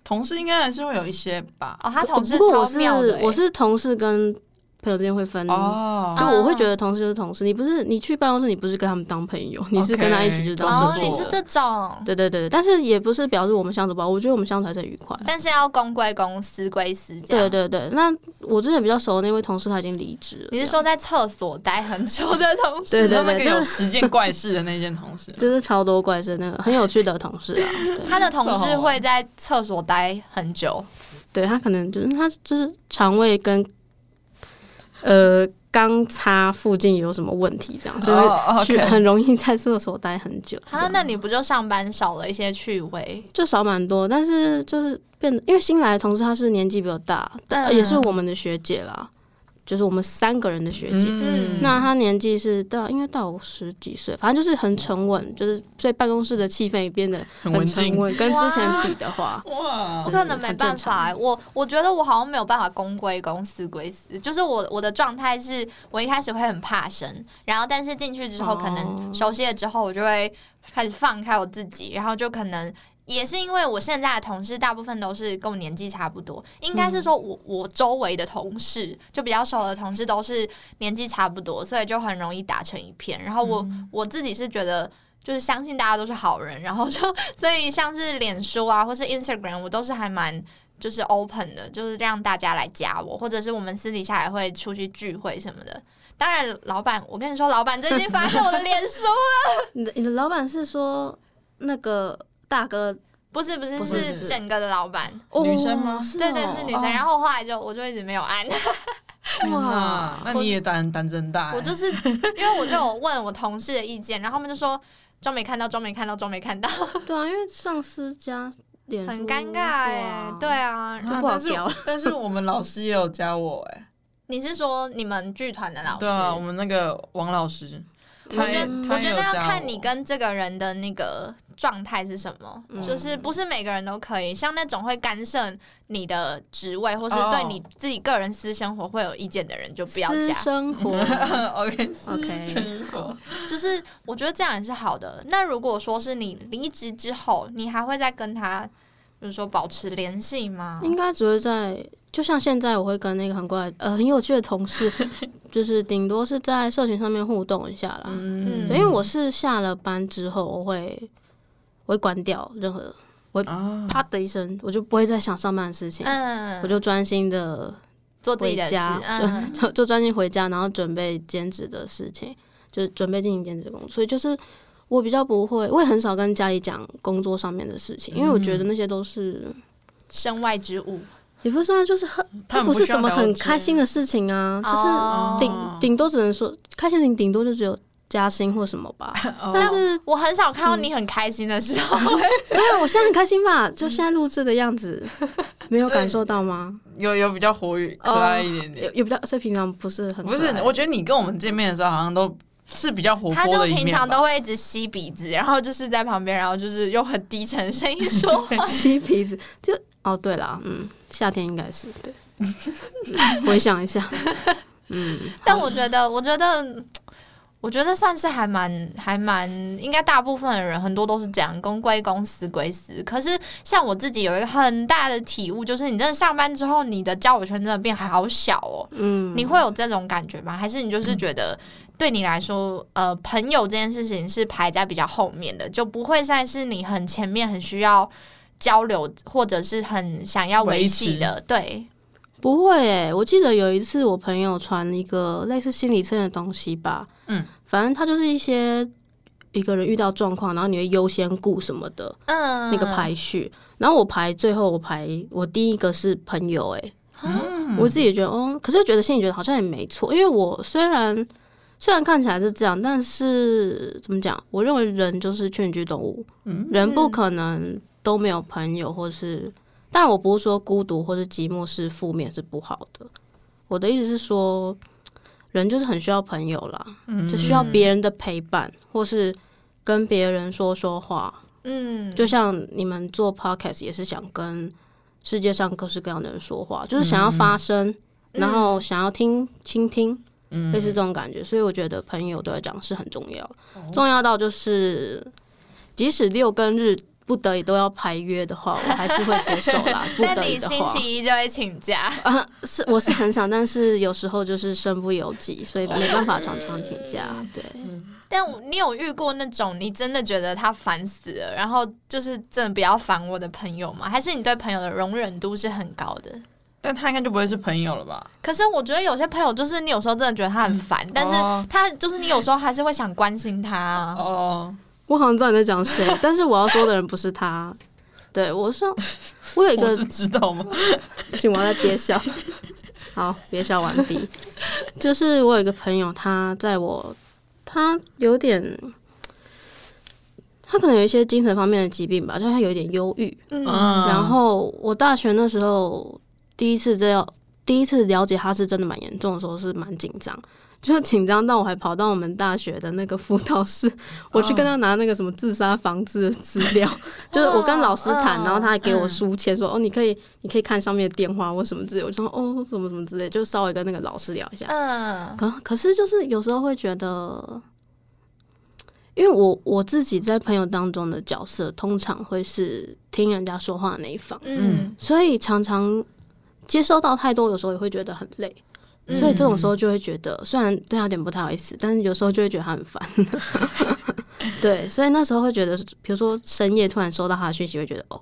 Speaker 2: 同事应该还是会有一些吧。
Speaker 1: 哦，他同事
Speaker 3: 不过
Speaker 1: 超
Speaker 3: 我是
Speaker 1: 妙的欸、
Speaker 3: 我是同事跟朋友之间会
Speaker 1: 嗯
Speaker 3: 分。
Speaker 2: 哦
Speaker 3: 就我会
Speaker 1: 啊
Speaker 3: 觉得同事就是同事，你不是你去办公室，你不是跟他们当朋友，你是跟他一起就是当
Speaker 2: 哦
Speaker 1: 哦，
Speaker 3: 合
Speaker 1: 你
Speaker 3: 作
Speaker 1: 是
Speaker 3: 伙
Speaker 1: 这种，
Speaker 3: 对对对，对但是也不是表示我们相处不好，我觉得我们相处还是很愉快。
Speaker 1: 但是要公归公，私归私，这
Speaker 3: 对
Speaker 1: 样。
Speaker 3: 对对，那我之前比较熟的那位同事他已经离职了，
Speaker 1: 你是说在厕所待很久的同事？
Speaker 3: 对
Speaker 2: 是
Speaker 3: 对
Speaker 2: 那
Speaker 3: 对
Speaker 2: 个
Speaker 3: 就
Speaker 2: 有
Speaker 3: 是，
Speaker 2: 十件怪事的那件同事
Speaker 3: 就是超多怪事那个很有趣的同事啊， 对，
Speaker 1: 他的同事会在厕所待很久，
Speaker 3: 对他可能就是他就是肠胃跟呃肛擦附近有什么问题这样，所以
Speaker 2: 哦
Speaker 3: 去
Speaker 2: OK
Speaker 3: 很容易在厕所待很久。这
Speaker 1: 啊，
Speaker 3: 样
Speaker 1: 那你不就上班少了一些趣味？
Speaker 3: 就少蛮多，但是就是变得，因为新来的同事她是年纪比我大，但、
Speaker 1: 嗯
Speaker 3: 也是我们的学姐啦，就是我们三个人的学姐。
Speaker 1: 嗯
Speaker 3: 那她年纪是到应该到我十几岁，反正就是很沉稳，就是所以办公室的气氛也变得
Speaker 2: 很文
Speaker 3: 很沉
Speaker 2: 静
Speaker 3: 稳，跟之前比的话，
Speaker 2: 哇
Speaker 1: 我
Speaker 3: 就，
Speaker 1: 可
Speaker 3: 是
Speaker 1: 能没办
Speaker 3: 很正
Speaker 1: 法欸、
Speaker 3: 常
Speaker 1: 我我觉得我好像没有办法公归公，私归私。就是我我的状态是我一开始会很怕生，然后但是进去之后，
Speaker 3: 哦
Speaker 1: 可能熟悉了之后，我就会开始放开我自己，然后就可能。也是因为我现在的同事大部分都是跟我年纪差不多，应该是说我我周围的同事就比较熟的同事都是年纪差不多，所以就很容易打成一片。然后我、我自己是觉得，就是相信大家都是好人，然后就 所以像是脸书啊，或是 Instagram，我都是还蛮。就是 open 的，就是让大家来加我，或者是我们私底下也会出去聚会什么的。当然，老板，我跟你说，老板最近发现我的脸书，
Speaker 3: 你的你的老板是说那个大哥
Speaker 1: 不是不是
Speaker 3: 不是
Speaker 1: 是
Speaker 3: 是
Speaker 1: 整个的老板，
Speaker 2: 女生吗
Speaker 3: 是哦
Speaker 1: 对对是女生。然后后来就我就一直没有按，
Speaker 3: 哎
Speaker 2: 天哪
Speaker 3: 哇
Speaker 2: 那你也胆胆真大欸，
Speaker 1: 我就是因为我就有问我同事的意见，然后他们就说装没看到，装没看到，装没看到，
Speaker 3: 生，对啊，因为上司加脸书
Speaker 1: 很尴尬哎、对啊，
Speaker 3: 就
Speaker 2: 啊
Speaker 3: 不好
Speaker 2: 但是
Speaker 3: 聊了
Speaker 2: 但是我们老师也有教我哎，
Speaker 1: 你是说你们剧团的老师？
Speaker 2: 对啊，我们那个王老师，
Speaker 1: 我觉得
Speaker 3: 嗯
Speaker 1: 我觉得要看
Speaker 2: 跟。
Speaker 1: 你跟这个人的那个状态是什么，
Speaker 3: 嗯
Speaker 1: 就是不是每个人都可以，像那种会干涉你的职位或是
Speaker 2: 哦
Speaker 1: 对你自己个人私生活会有意见的人就 不要
Speaker 3: 私
Speaker 1: 加。
Speaker 3: 生活
Speaker 2: OK
Speaker 3: OK
Speaker 2: 生活
Speaker 1: 就是我觉得这样也是好的。那如果说是你离职之后，你还会再跟他，比如说保持联系吗？
Speaker 3: 应该只会在，就像现在我会跟那个很怪呃很有趣的同 事，就是顶多是在社群上面互动一下啦。
Speaker 1: 嗯
Speaker 3: 对因为我是下了班之后，我会我会关掉任何，
Speaker 2: 啊，
Speaker 3: 啪的一声，我就不会再想上班的事情，
Speaker 1: 嗯，
Speaker 3: 我就专心的
Speaker 1: 做自己的
Speaker 3: 回
Speaker 1: 事，
Speaker 3: 家
Speaker 1: 嗯，
Speaker 3: 就就专心回家，然后准备兼职的事情，就是准备进行兼职工作。所以就是我比较不会，我也很少跟家里讲工作上面的事情，因为我觉得
Speaker 2: 嗯
Speaker 3: 那些都是。
Speaker 1: 身外之物，
Speaker 3: 也不是啊，就是很，
Speaker 2: 他
Speaker 3: 它
Speaker 2: 们
Speaker 3: 不
Speaker 2: 不
Speaker 3: 是
Speaker 2: 需
Speaker 3: 什
Speaker 2: 要
Speaker 3: 么
Speaker 2: 了
Speaker 3: 很
Speaker 2: 解
Speaker 3: 开心的事情啊，就是
Speaker 1: 哦
Speaker 3: 顶顶多只能说开心，顶多就只有加薪或什么 吧。
Speaker 2: 哦
Speaker 3: 但是
Speaker 1: 我很少看到
Speaker 3: 嗯
Speaker 1: 你很开心的时候，
Speaker 3: 没有，我现在很开心吧？就现在录制的 样子，没有感受到吗？
Speaker 2: 有有比较活跃可爱一点
Speaker 3: 有
Speaker 2: 点，
Speaker 3: 有比较，所以平常不是很
Speaker 2: 不是
Speaker 3: 哦可爱？
Speaker 2: 我觉得你跟我们见面的时候好像都是比较活
Speaker 1: 他就
Speaker 2: 泼的一
Speaker 1: 平
Speaker 2: 面吧，
Speaker 1: 常都会一直吸鼻子，然后就是在旁边，然后就是用很低沉的声音 说话
Speaker 3: 吸鼻子就哦，对啦，嗯，夏天应该是对。嗯回想一下，嗯，
Speaker 1: 但我觉得，我觉得，我觉得算是还蛮还蛮，应该大部分的人很多都是这样，公归公，私归私。可是像我自己有一个很大的体悟，就是你真的上班之后，你的交友圈真的变好小哦。
Speaker 3: 嗯，
Speaker 1: 你会有这种感觉吗？还是你就是觉得对你来说，呃，朋友这件事情是排在比较后面的，就不会再是你很前面很需要交流或者是很想要维系的？对，
Speaker 3: 不会诶、我记得有一次我朋友传一个类似心理测验的东西吧，
Speaker 2: 嗯，
Speaker 3: 反正它就是一些一个人遇到状况，然后你会优先顾什么的
Speaker 1: 嗯，
Speaker 3: 那个排序。然后我排最后，我排我第一个是朋友、欸，我自己也觉得，哦，可是觉得心里觉得好像也没错，因为我虽然虽然看起来是这样，但是怎么讲？我认为人就是群居动物，
Speaker 2: 嗯，
Speaker 3: 人不
Speaker 1: 嗯
Speaker 3: 可能都没有朋友，或是……当然，我不是说孤独或是寂寞是负面是不好的，我的意思是说，人就是很需要朋友啦，就需要别人的陪伴，或是跟别人说说话，
Speaker 1: 嗯，
Speaker 3: 就像你们做 podcast 也是想跟世界上各式各样的人说话，就是想要发声，然后想要听倾听，
Speaker 2: 嗯
Speaker 3: 类似这种感觉。所以我觉得朋友对我来讲是很重要，重要到就是即使六跟日不得已都要排约的话，我还是会接受啦。不
Speaker 1: 那
Speaker 3: 得已
Speaker 1: 你
Speaker 3: 的
Speaker 1: 星
Speaker 3: 话，
Speaker 1: 期一就会请假，
Speaker 3: 啊，是我是很想，但是有时候就是身不由己，所以没办法常常请假。对，
Speaker 1: 但我你有遇过那种你真的觉得他烦死了，然后就是真的不要烦我的朋友吗？还是你对朋友的容忍度是很高的？
Speaker 2: 但他应该就不会是朋友了吧？
Speaker 1: 可是我觉得有些朋友就是你有时候真的觉得他很烦，但是
Speaker 2: 哦
Speaker 1: 他就是你有时候还是会想关心他啊。
Speaker 2: 哦，
Speaker 3: 我好像知道你在讲谁，但是我要说的人不是他。对，我是我有一
Speaker 2: 我
Speaker 3: 个
Speaker 2: 是知道吗？
Speaker 3: 不行，我要再憋笑。好，憋笑完毕。就是我有一个朋友，他在我，他有点，他可能有一些精神方面的疾病吧，就他有一点忧郁。
Speaker 1: 嗯
Speaker 2: 嗯，
Speaker 3: 然后我大学那时候第一次这样，第一次了解他是真的蛮严重的时候，是蛮紧张。就是紧张到我还跑到我们大学的那个辅导室， 我去
Speaker 1: 嗯
Speaker 3: 跟他拿那个什么自杀防治的资料， 就是我跟老师谈，
Speaker 1: 嗯
Speaker 3: 然后他还给我书签说，哦，你可以，你可以看上面的电话或什么之类，我就说哦，什么什么之类，就稍微跟那个老师聊一下。
Speaker 1: 嗯
Speaker 3: 可可是就是有时候会觉得，因为我我自己在朋友当中的角色，通常会是听人家说话的那一方，
Speaker 1: 嗯
Speaker 3: 所以常常接收到太多，有时候也会觉得很累。
Speaker 1: 嗯
Speaker 3: 所以这种时候就会觉得，虽然对他有点不太好意思，但是有时候就会觉得他很烦。 对，所以那时候会觉得，比如说深夜突然收到他的讯息，会觉得哦，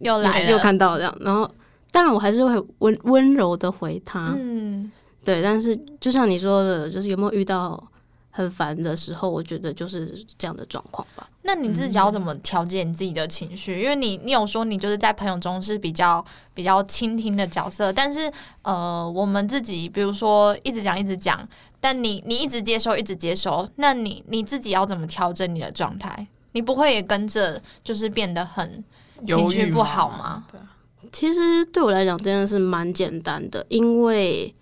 Speaker 1: 又来了，
Speaker 3: 又看到这样，然后当然我还是会温温柔的回他，
Speaker 1: 嗯
Speaker 3: 对，但是就像你说的，就是有没有遇到很烦的时候，我觉得就是这样的状况吧。
Speaker 1: 那你自己要怎么调节你自己的情绪？因为你你有说你就是在朋友中是比较比较倾听的角色，但是呃，我们自己比如说一直讲一直讲，但你你一直接收一直接收，那你你自己要怎么调整你的状态？你不会也跟着就是变得很情绪不好吗？
Speaker 2: 对啊，
Speaker 3: 其实对我来讲，真的是蛮简单的，因为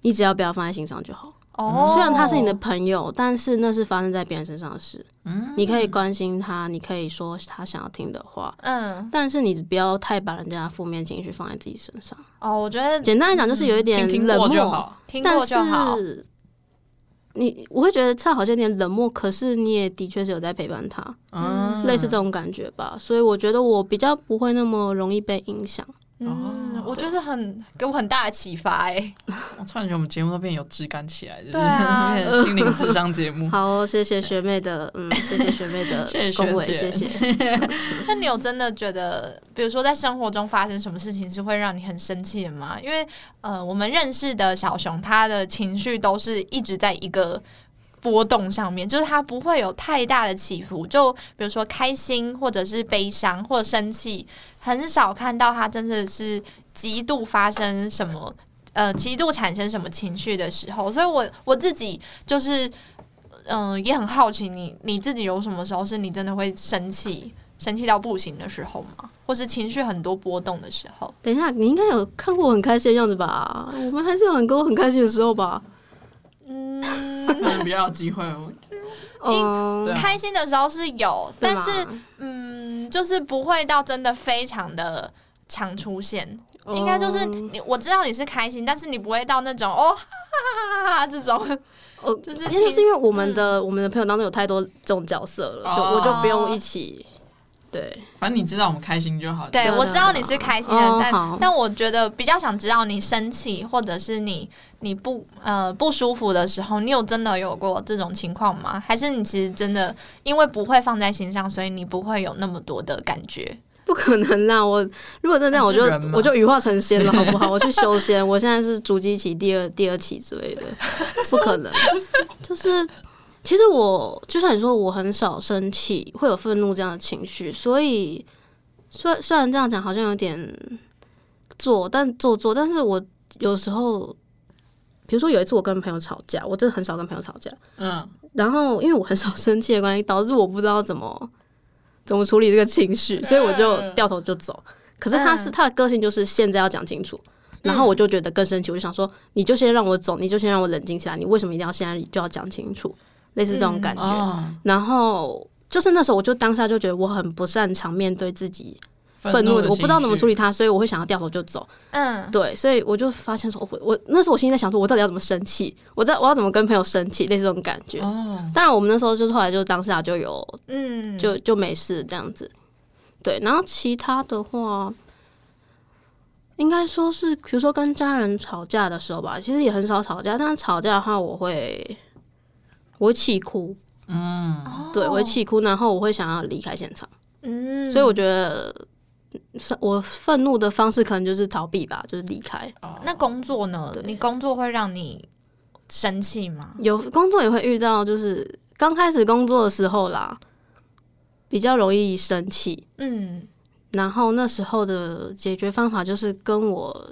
Speaker 3: 你只要不要放在心上就好。
Speaker 1: 哦？
Speaker 3: 虽然他是你的朋友，但是那是发生在别人身上的事。
Speaker 2: 嗯
Speaker 3: 你可以关心他，你可以说他想要听的话，
Speaker 1: 嗯
Speaker 3: 但是你不要太把人家的负面情绪放在自己身上。
Speaker 1: 哦，我觉得
Speaker 3: 简单来讲，就是有一点
Speaker 2: 听听
Speaker 3: 冷
Speaker 2: 过
Speaker 3: 漠，
Speaker 2: 就好。
Speaker 1: 听
Speaker 3: 但
Speaker 1: 过就好。
Speaker 3: 是你我会觉得他好像有点冷漠，可是你也的确是有在陪伴他，
Speaker 2: 嗯，
Speaker 3: 类似这种感觉吧。所以我觉得我比较不会那么容易被影响。
Speaker 1: 嗯，我觉得很给我很大的启发哎、
Speaker 2: 我突然觉得我们节目都变有质感起来，就是
Speaker 1: 对啊
Speaker 2: 变 成心灵智商节目。
Speaker 3: 好哦，谢谢学妹的，嗯，谢谢学妹的
Speaker 2: 嗯谢谢学
Speaker 3: 恭维，谢
Speaker 2: 姐
Speaker 3: 谢。
Speaker 1: 那你有真的觉得，比如说在生活中发生什么事情是会让你很生气的吗？因为呃，我们认识的小熊，他的情绪都是一直在一个波动上面，就是他不会有太大的起伏。就比如说开心，或者是悲伤，或者生气，很少看到他真的是极度发生什么。呃，极度产生什么情绪的时候，所以我我自己就是，嗯、也很好奇你你自己有什么时候是你真的会生气，生气到不行的时候吗？或是情绪很多波动的时候？
Speaker 3: 等一下，你应该有看过我很开心的样子吧？我们还是有很多很开心的时候吧？
Speaker 1: 嗯，
Speaker 2: 可能比较有机会，我
Speaker 3: 嗯，
Speaker 2: 对啊
Speaker 1: 开心的时候是有，
Speaker 3: 对啊
Speaker 1: 但
Speaker 3: 吧
Speaker 1: 是嗯，就是不会到真的非常的常出现。应该就是
Speaker 3: 嗯
Speaker 1: 你，我知道你是开心，但是你不会到那种哦哈哈哈哈哈这种。
Speaker 3: 哦，
Speaker 1: 就是
Speaker 3: 因为
Speaker 1: 亲
Speaker 3: 是因为我们的、我们的朋友当中有太多这种角色了，就我就不用一起。对，
Speaker 2: 反正你知道我们开心就好。
Speaker 1: 对，
Speaker 3: 对
Speaker 1: 我
Speaker 3: 对
Speaker 1: 知道
Speaker 3: 对
Speaker 1: 你是开心
Speaker 3: 哦
Speaker 1: 的，但
Speaker 3: 好
Speaker 1: 但我觉得比较想知道你生气或者是你你不呃不舒服的时候，你有真的有过这种情况吗？还是你其实真的因为不会放在心上，所以你不会有那么多的感觉？
Speaker 3: 不可能啦！我如果真这样，我就
Speaker 2: 你是人吗
Speaker 3: 我就羽化成仙了，好不好？我去修仙，我现在是筑基期第二第二期之类的，不 可能。就是其实我就像你说，我很少生气，会有愤怒这样的情绪，所以虽虽然这样讲好像有点做，但做作，但是我有时候。比如说有一次我跟朋友吵架，我真的很少跟朋友吵架，
Speaker 2: 嗯，
Speaker 3: 然后因为我很少生气的关系，导致我不知道怎么怎么处理这个情绪，所以我就掉头就走。可是他是、
Speaker 1: 嗯
Speaker 3: 他的个性就是现在要讲清楚，然后我就觉得更生气，我就想说，你就先让我走，你就先让我冷静下来，你为什么一定要现在就要讲清楚？类似这种感觉。
Speaker 1: 哦
Speaker 2: 啊，
Speaker 3: 然后就是那时候我就当下就觉得我很不擅长面对自己愤
Speaker 2: 愤怒
Speaker 3: 怒
Speaker 2: 的
Speaker 3: 的，我不知道怎么处
Speaker 2: 理。
Speaker 3: 理它，所以我会想要掉头就走。
Speaker 1: 嗯，
Speaker 3: 对，所以我就发现说，我我那时候我心里在想说，我到底要怎么生气？我在我要怎么跟朋友生气？类似这种感觉。
Speaker 2: 哦，
Speaker 3: 当然，我们那时候就是后来就当下就有
Speaker 1: 嗯，
Speaker 3: 就就没事这样子。对，然后其他的话，应该说是比如说跟家人吵架的时候吧，其实也很少吵架，但是吵架的话，我会我会气哭，
Speaker 1: 哦
Speaker 3: 对，我会，气哭，然后我会想要离开现场。
Speaker 1: 嗯，
Speaker 3: 所以我觉得是我愤怒的方式可能就是逃避吧，就是离开。
Speaker 1: 那工作呢
Speaker 3: 对？
Speaker 1: 你工作会让你生气吗？
Speaker 3: 有工作也会遇到，就是刚开始工作的时候啦，比较容易生气，
Speaker 1: 嗯
Speaker 3: 然后那时候的解决方法就是跟我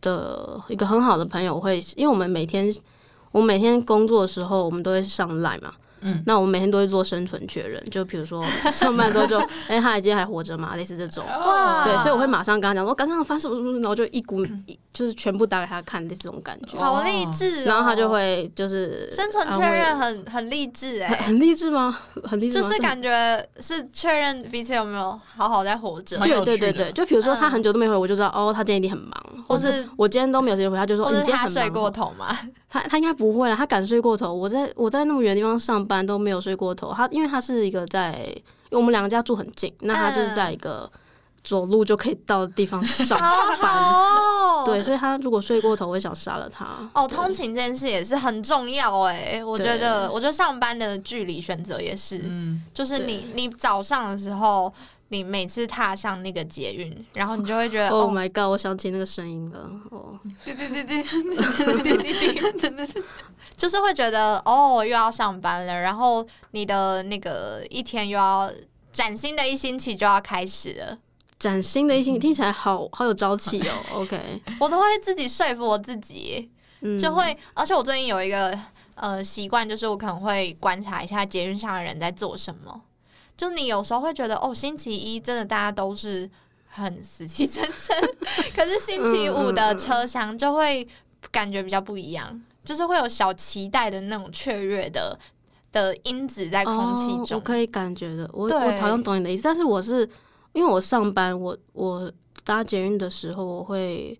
Speaker 3: 的一个很好的朋友会，因为我们每天我们每天工作的时候，我们都会上 line 嘛，
Speaker 2: 嗯，
Speaker 3: 那我们每天都会做生存确认，就比 如说上班之后就，哎、他今天还活着吗？类似这种。
Speaker 1: 哇
Speaker 3: 对，所以我会马上跟他讲说，刚刚发生什么什么，然后就一 股一就是全部打给他看的这种感觉，
Speaker 1: 好励志、哦，
Speaker 3: 然后他就会就是
Speaker 1: 生存确认很很励志 哎、
Speaker 3: 很很励志吗？很励志
Speaker 1: 就
Speaker 3: 吗，
Speaker 1: 是感觉是确认彼此有没有好好在活着
Speaker 2: 蛮，有
Speaker 3: 对
Speaker 2: 趣
Speaker 3: 对
Speaker 2: 的
Speaker 3: 对对，就比如说他
Speaker 1: 嗯
Speaker 3: 很久都没回，我就知道哦，他今天一定很忙，
Speaker 1: 或
Speaker 3: 或是
Speaker 1: 是
Speaker 3: 我今天都没有时间回，他就说
Speaker 1: 或
Speaker 3: 你
Speaker 1: 是
Speaker 3: 今天
Speaker 1: 他
Speaker 3: 很忙
Speaker 1: 睡
Speaker 3: 哦
Speaker 1: 过头嘛？
Speaker 3: 他他应该不会了，他敢睡过头。我在我在那么远的地方上班都没有睡过头。他因为他是一个在，因为我们两个家住很近，那他就是在一
Speaker 1: 嗯
Speaker 3: 个走路就可以到的地方上班。
Speaker 1: 哦，
Speaker 3: 对，所以他如果睡过头，我也想杀了他。
Speaker 1: 哦，
Speaker 3: 对
Speaker 1: 通勤这件事也是很重要哎、我觉得，我觉得上班的距离选择也是，
Speaker 2: 嗯，
Speaker 1: 就是你你早上的时候，你每次踏上那个捷运，然后你就会觉得
Speaker 3: Oh
Speaker 1: 哦，
Speaker 3: my god！我想起那个声音了。哦，
Speaker 2: 对对对对，
Speaker 1: 滴滴滴 就是会觉得哦又要上班了，然后你的那个一天又要崭新的一星期就要开始了，
Speaker 3: 崭新的一
Speaker 1: 嗯
Speaker 3: 星，听起来好好有朝气哦。OK，
Speaker 1: 我都会自己说服我自己，
Speaker 3: 嗯，
Speaker 1: 就会，而且我最近有一个呃习惯，就是我可能会观察一下捷运上的人在做什么。就你有时候会觉得，哦，星期一真的大家都是很死气沉沉， 可是星期五
Speaker 3: 嗯
Speaker 1: 的车厢就会感觉比较不一样，就是会有小期待的那种雀跃的的因子在空气
Speaker 3: 哦
Speaker 1: 中。
Speaker 3: 我可以感觉的，我
Speaker 1: 对
Speaker 3: 我好像懂你的意思，但是我是因为我上班，我我搭捷运的时候，我会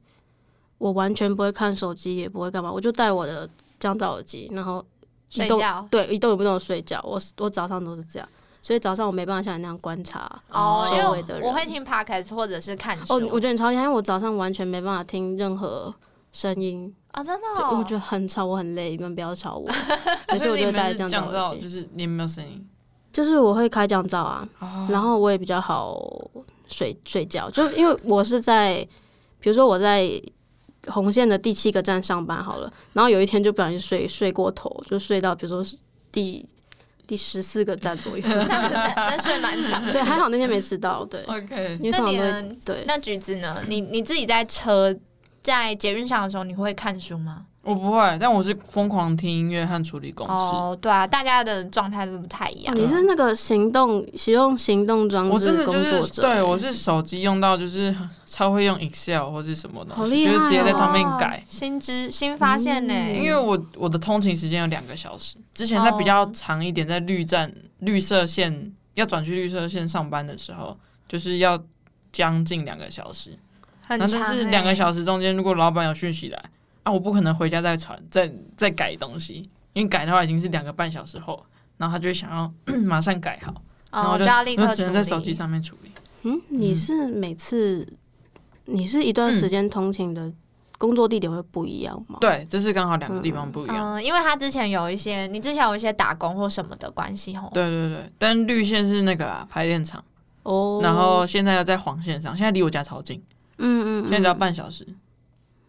Speaker 3: 我完全不会看手机，也不会干嘛，我就戴我的降噪耳机，然后
Speaker 1: 睡
Speaker 3: 移动
Speaker 1: 觉
Speaker 3: 对一动也不动地睡觉。我我早上都是这样，所以早上我没办法像你那样观察。
Speaker 1: 哦，因
Speaker 3: 周围的
Speaker 1: 为我
Speaker 3: 人
Speaker 1: 会听 podcast 或者是看书。
Speaker 3: 哦，我觉得你超厉害，因为我早上完全没办法听任何声音，
Speaker 1: 啊、真的、
Speaker 3: 就
Speaker 1: 哦，
Speaker 3: 我觉得很吵，我很累，你们不要吵我，
Speaker 2: 可
Speaker 3: 于是我
Speaker 2: 你
Speaker 3: 就
Speaker 2: 们
Speaker 3: 戴
Speaker 2: 是
Speaker 3: 降
Speaker 2: 这样
Speaker 3: 噪
Speaker 2: 知道
Speaker 3: 耳机，
Speaker 2: 就是你没有声音
Speaker 3: 就是我会开降噪啊。
Speaker 2: 啊
Speaker 3: 然后我也比较好睡睡觉，就因为我是在，比如说我在红线的第七个站上班好了，然后有一天就不小心睡睡过头，就睡到比如说是第第十四个站左右，
Speaker 1: 那那那睡蛮长的。
Speaker 3: 对，还好那天没迟到，对，
Speaker 2: 哦 OK，
Speaker 3: 因为
Speaker 1: 那
Speaker 3: 通常
Speaker 1: 你
Speaker 3: 都会
Speaker 1: 呢？
Speaker 3: 对，
Speaker 1: 那橘子呢？你你自己在车在捷运上的时候，你会看书吗？
Speaker 2: 我不会，但我是疯狂听音乐和处理公事。
Speaker 1: 哦，对啊，大家的状态都不太一
Speaker 3: 哦
Speaker 1: 样。
Speaker 3: 你是那个行动使用行动装
Speaker 2: 啊我真
Speaker 3: 置
Speaker 2: 的
Speaker 3: 工
Speaker 2: 就
Speaker 3: 作
Speaker 2: 是
Speaker 3: 者，欸
Speaker 2: 对
Speaker 1: 欸
Speaker 2: 我是手机用到就是 超会用 Excel 或是什么
Speaker 3: 好
Speaker 2: 东
Speaker 3: 厉
Speaker 2: 西，就是直接
Speaker 3: 害
Speaker 2: 在
Speaker 3: 哦
Speaker 2: 上面改
Speaker 1: 哦。新知新发现呢、
Speaker 3: 嗯
Speaker 2: 因为我我的通勤时间有两个小时，之前在比较
Speaker 1: 哦
Speaker 2: 长一点，在绿站绿色线要转去绿色线上班的时候，就是要将近两个小时。
Speaker 1: 很
Speaker 2: 那
Speaker 1: 长、
Speaker 2: 但
Speaker 1: 欸，
Speaker 2: 是两个小时中间，如果老板有讯息来啊，我不可能回家再传再再改东西，因为改的话已经是两个半小时后，然后他就会想要 马上改好，然
Speaker 1: 哦，
Speaker 2: 后
Speaker 1: 我
Speaker 2: 就
Speaker 1: 就要立
Speaker 2: 我
Speaker 1: 刻
Speaker 2: 只能
Speaker 1: 处
Speaker 2: 在
Speaker 1: 理
Speaker 2: 手机。上面处理。
Speaker 3: 嗯，你是每次你是一段时间通勤的工作地点会不一样吗？
Speaker 2: 嗯对，就是刚好两个地方不一样。
Speaker 1: 哦嗯，因为他之前有一些，你之前有一些打工或什么的关系哦。
Speaker 2: 对对对，但绿线是那个啦排练场，
Speaker 3: 哦，
Speaker 2: 然后现在要在黄线上，现在离我家超近。
Speaker 3: 嗯嗯，嗯
Speaker 2: 现在只要半小时，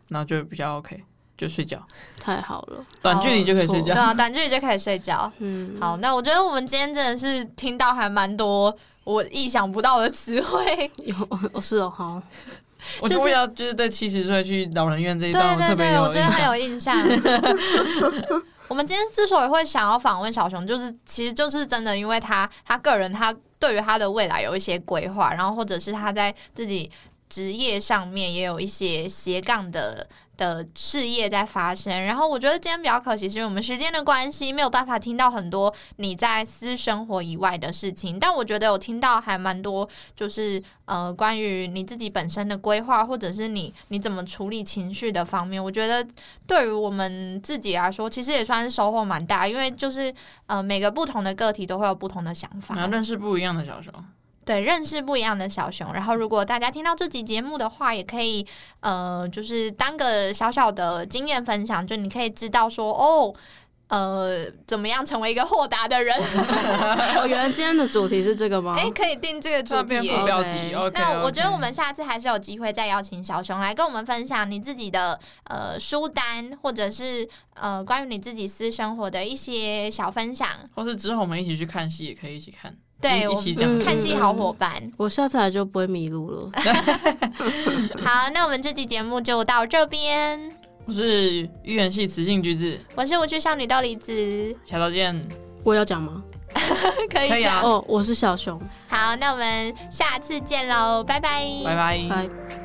Speaker 2: 然后就比较 OK，就睡
Speaker 1: 哦
Speaker 2: 觉，
Speaker 3: 太好了，
Speaker 2: 短距离就可以
Speaker 3: 不错
Speaker 2: 睡
Speaker 1: 对
Speaker 2: 觉。
Speaker 1: 啊，短距离就可以睡觉。
Speaker 3: 嗯，
Speaker 1: 好，那我觉得我们今天真的是听到还蛮多我意想不到的词汇。
Speaker 3: 有哦，是哦，好，
Speaker 2: 我
Speaker 1: 就是
Speaker 2: 就为了就是对七十岁去老人院这一
Speaker 1: 对
Speaker 2: 段，我
Speaker 1: 对
Speaker 2: 特别
Speaker 1: 对，
Speaker 2: 有
Speaker 1: 我觉得
Speaker 2: 印
Speaker 1: 很
Speaker 2: 象
Speaker 1: 有印象。 我们今天之所以会想要访问小熊，就是其实就是真的，因为他他个人他对于他的未来有一些规划，然后或者是他在自己职业上面也有一些斜杠的。的事业在发生，然后我觉得今天比较可惜，是因为我们时间的关系，没有办法听到很多你在私生活以外的事情。但我觉得有听到还蛮多，就是呃，关于你自己本身的规划，或者是你你怎么处理情绪的方面，我觉得对于我们自己来说，其实也算是收获蛮大，因为就是呃，每个不同的个体都会有不同的想法，
Speaker 2: 然后认识不一样的小熊。
Speaker 1: 对，认识不一样的小熊。然后，如果大家听到这集节目的话，也可以呃，就是当个小小的经验分享，就你可以知道说哦。呃，怎么样成为一个豁达的人？
Speaker 3: 哦，原来今天的主题是这个吗？
Speaker 1: 哎、可以定这个主
Speaker 2: 这
Speaker 1: 题
Speaker 2: 变
Speaker 1: 耶、
Speaker 2: 副标题
Speaker 3: OK，
Speaker 2: ，OK。
Speaker 1: 那我觉得我们下次还是有机会再邀请小熊来跟我们分享你自己的呃书单，或者是呃关于你自己私生活的一些小分享。
Speaker 2: 或是之后我们一起去看戏，也可以一起看，
Speaker 1: 对
Speaker 2: 一
Speaker 1: 我
Speaker 2: 一起讲
Speaker 3: 嗯
Speaker 1: 看戏好伙伴。
Speaker 3: 我下次来就不会迷路了。
Speaker 1: 好，那我们这期节目就到这边。
Speaker 2: 我是预言系雌性橘子，
Speaker 1: 我是无趣少女豆梨子，
Speaker 2: 下周见，
Speaker 3: 我要讲吗？
Speaker 1: 可以
Speaker 2: 可以
Speaker 1: 讲。
Speaker 2: 啊
Speaker 3: 哦，我是小熊。
Speaker 1: 好，那我们下次见喽，拜拜，
Speaker 2: 拜拜。
Speaker 3: 拜。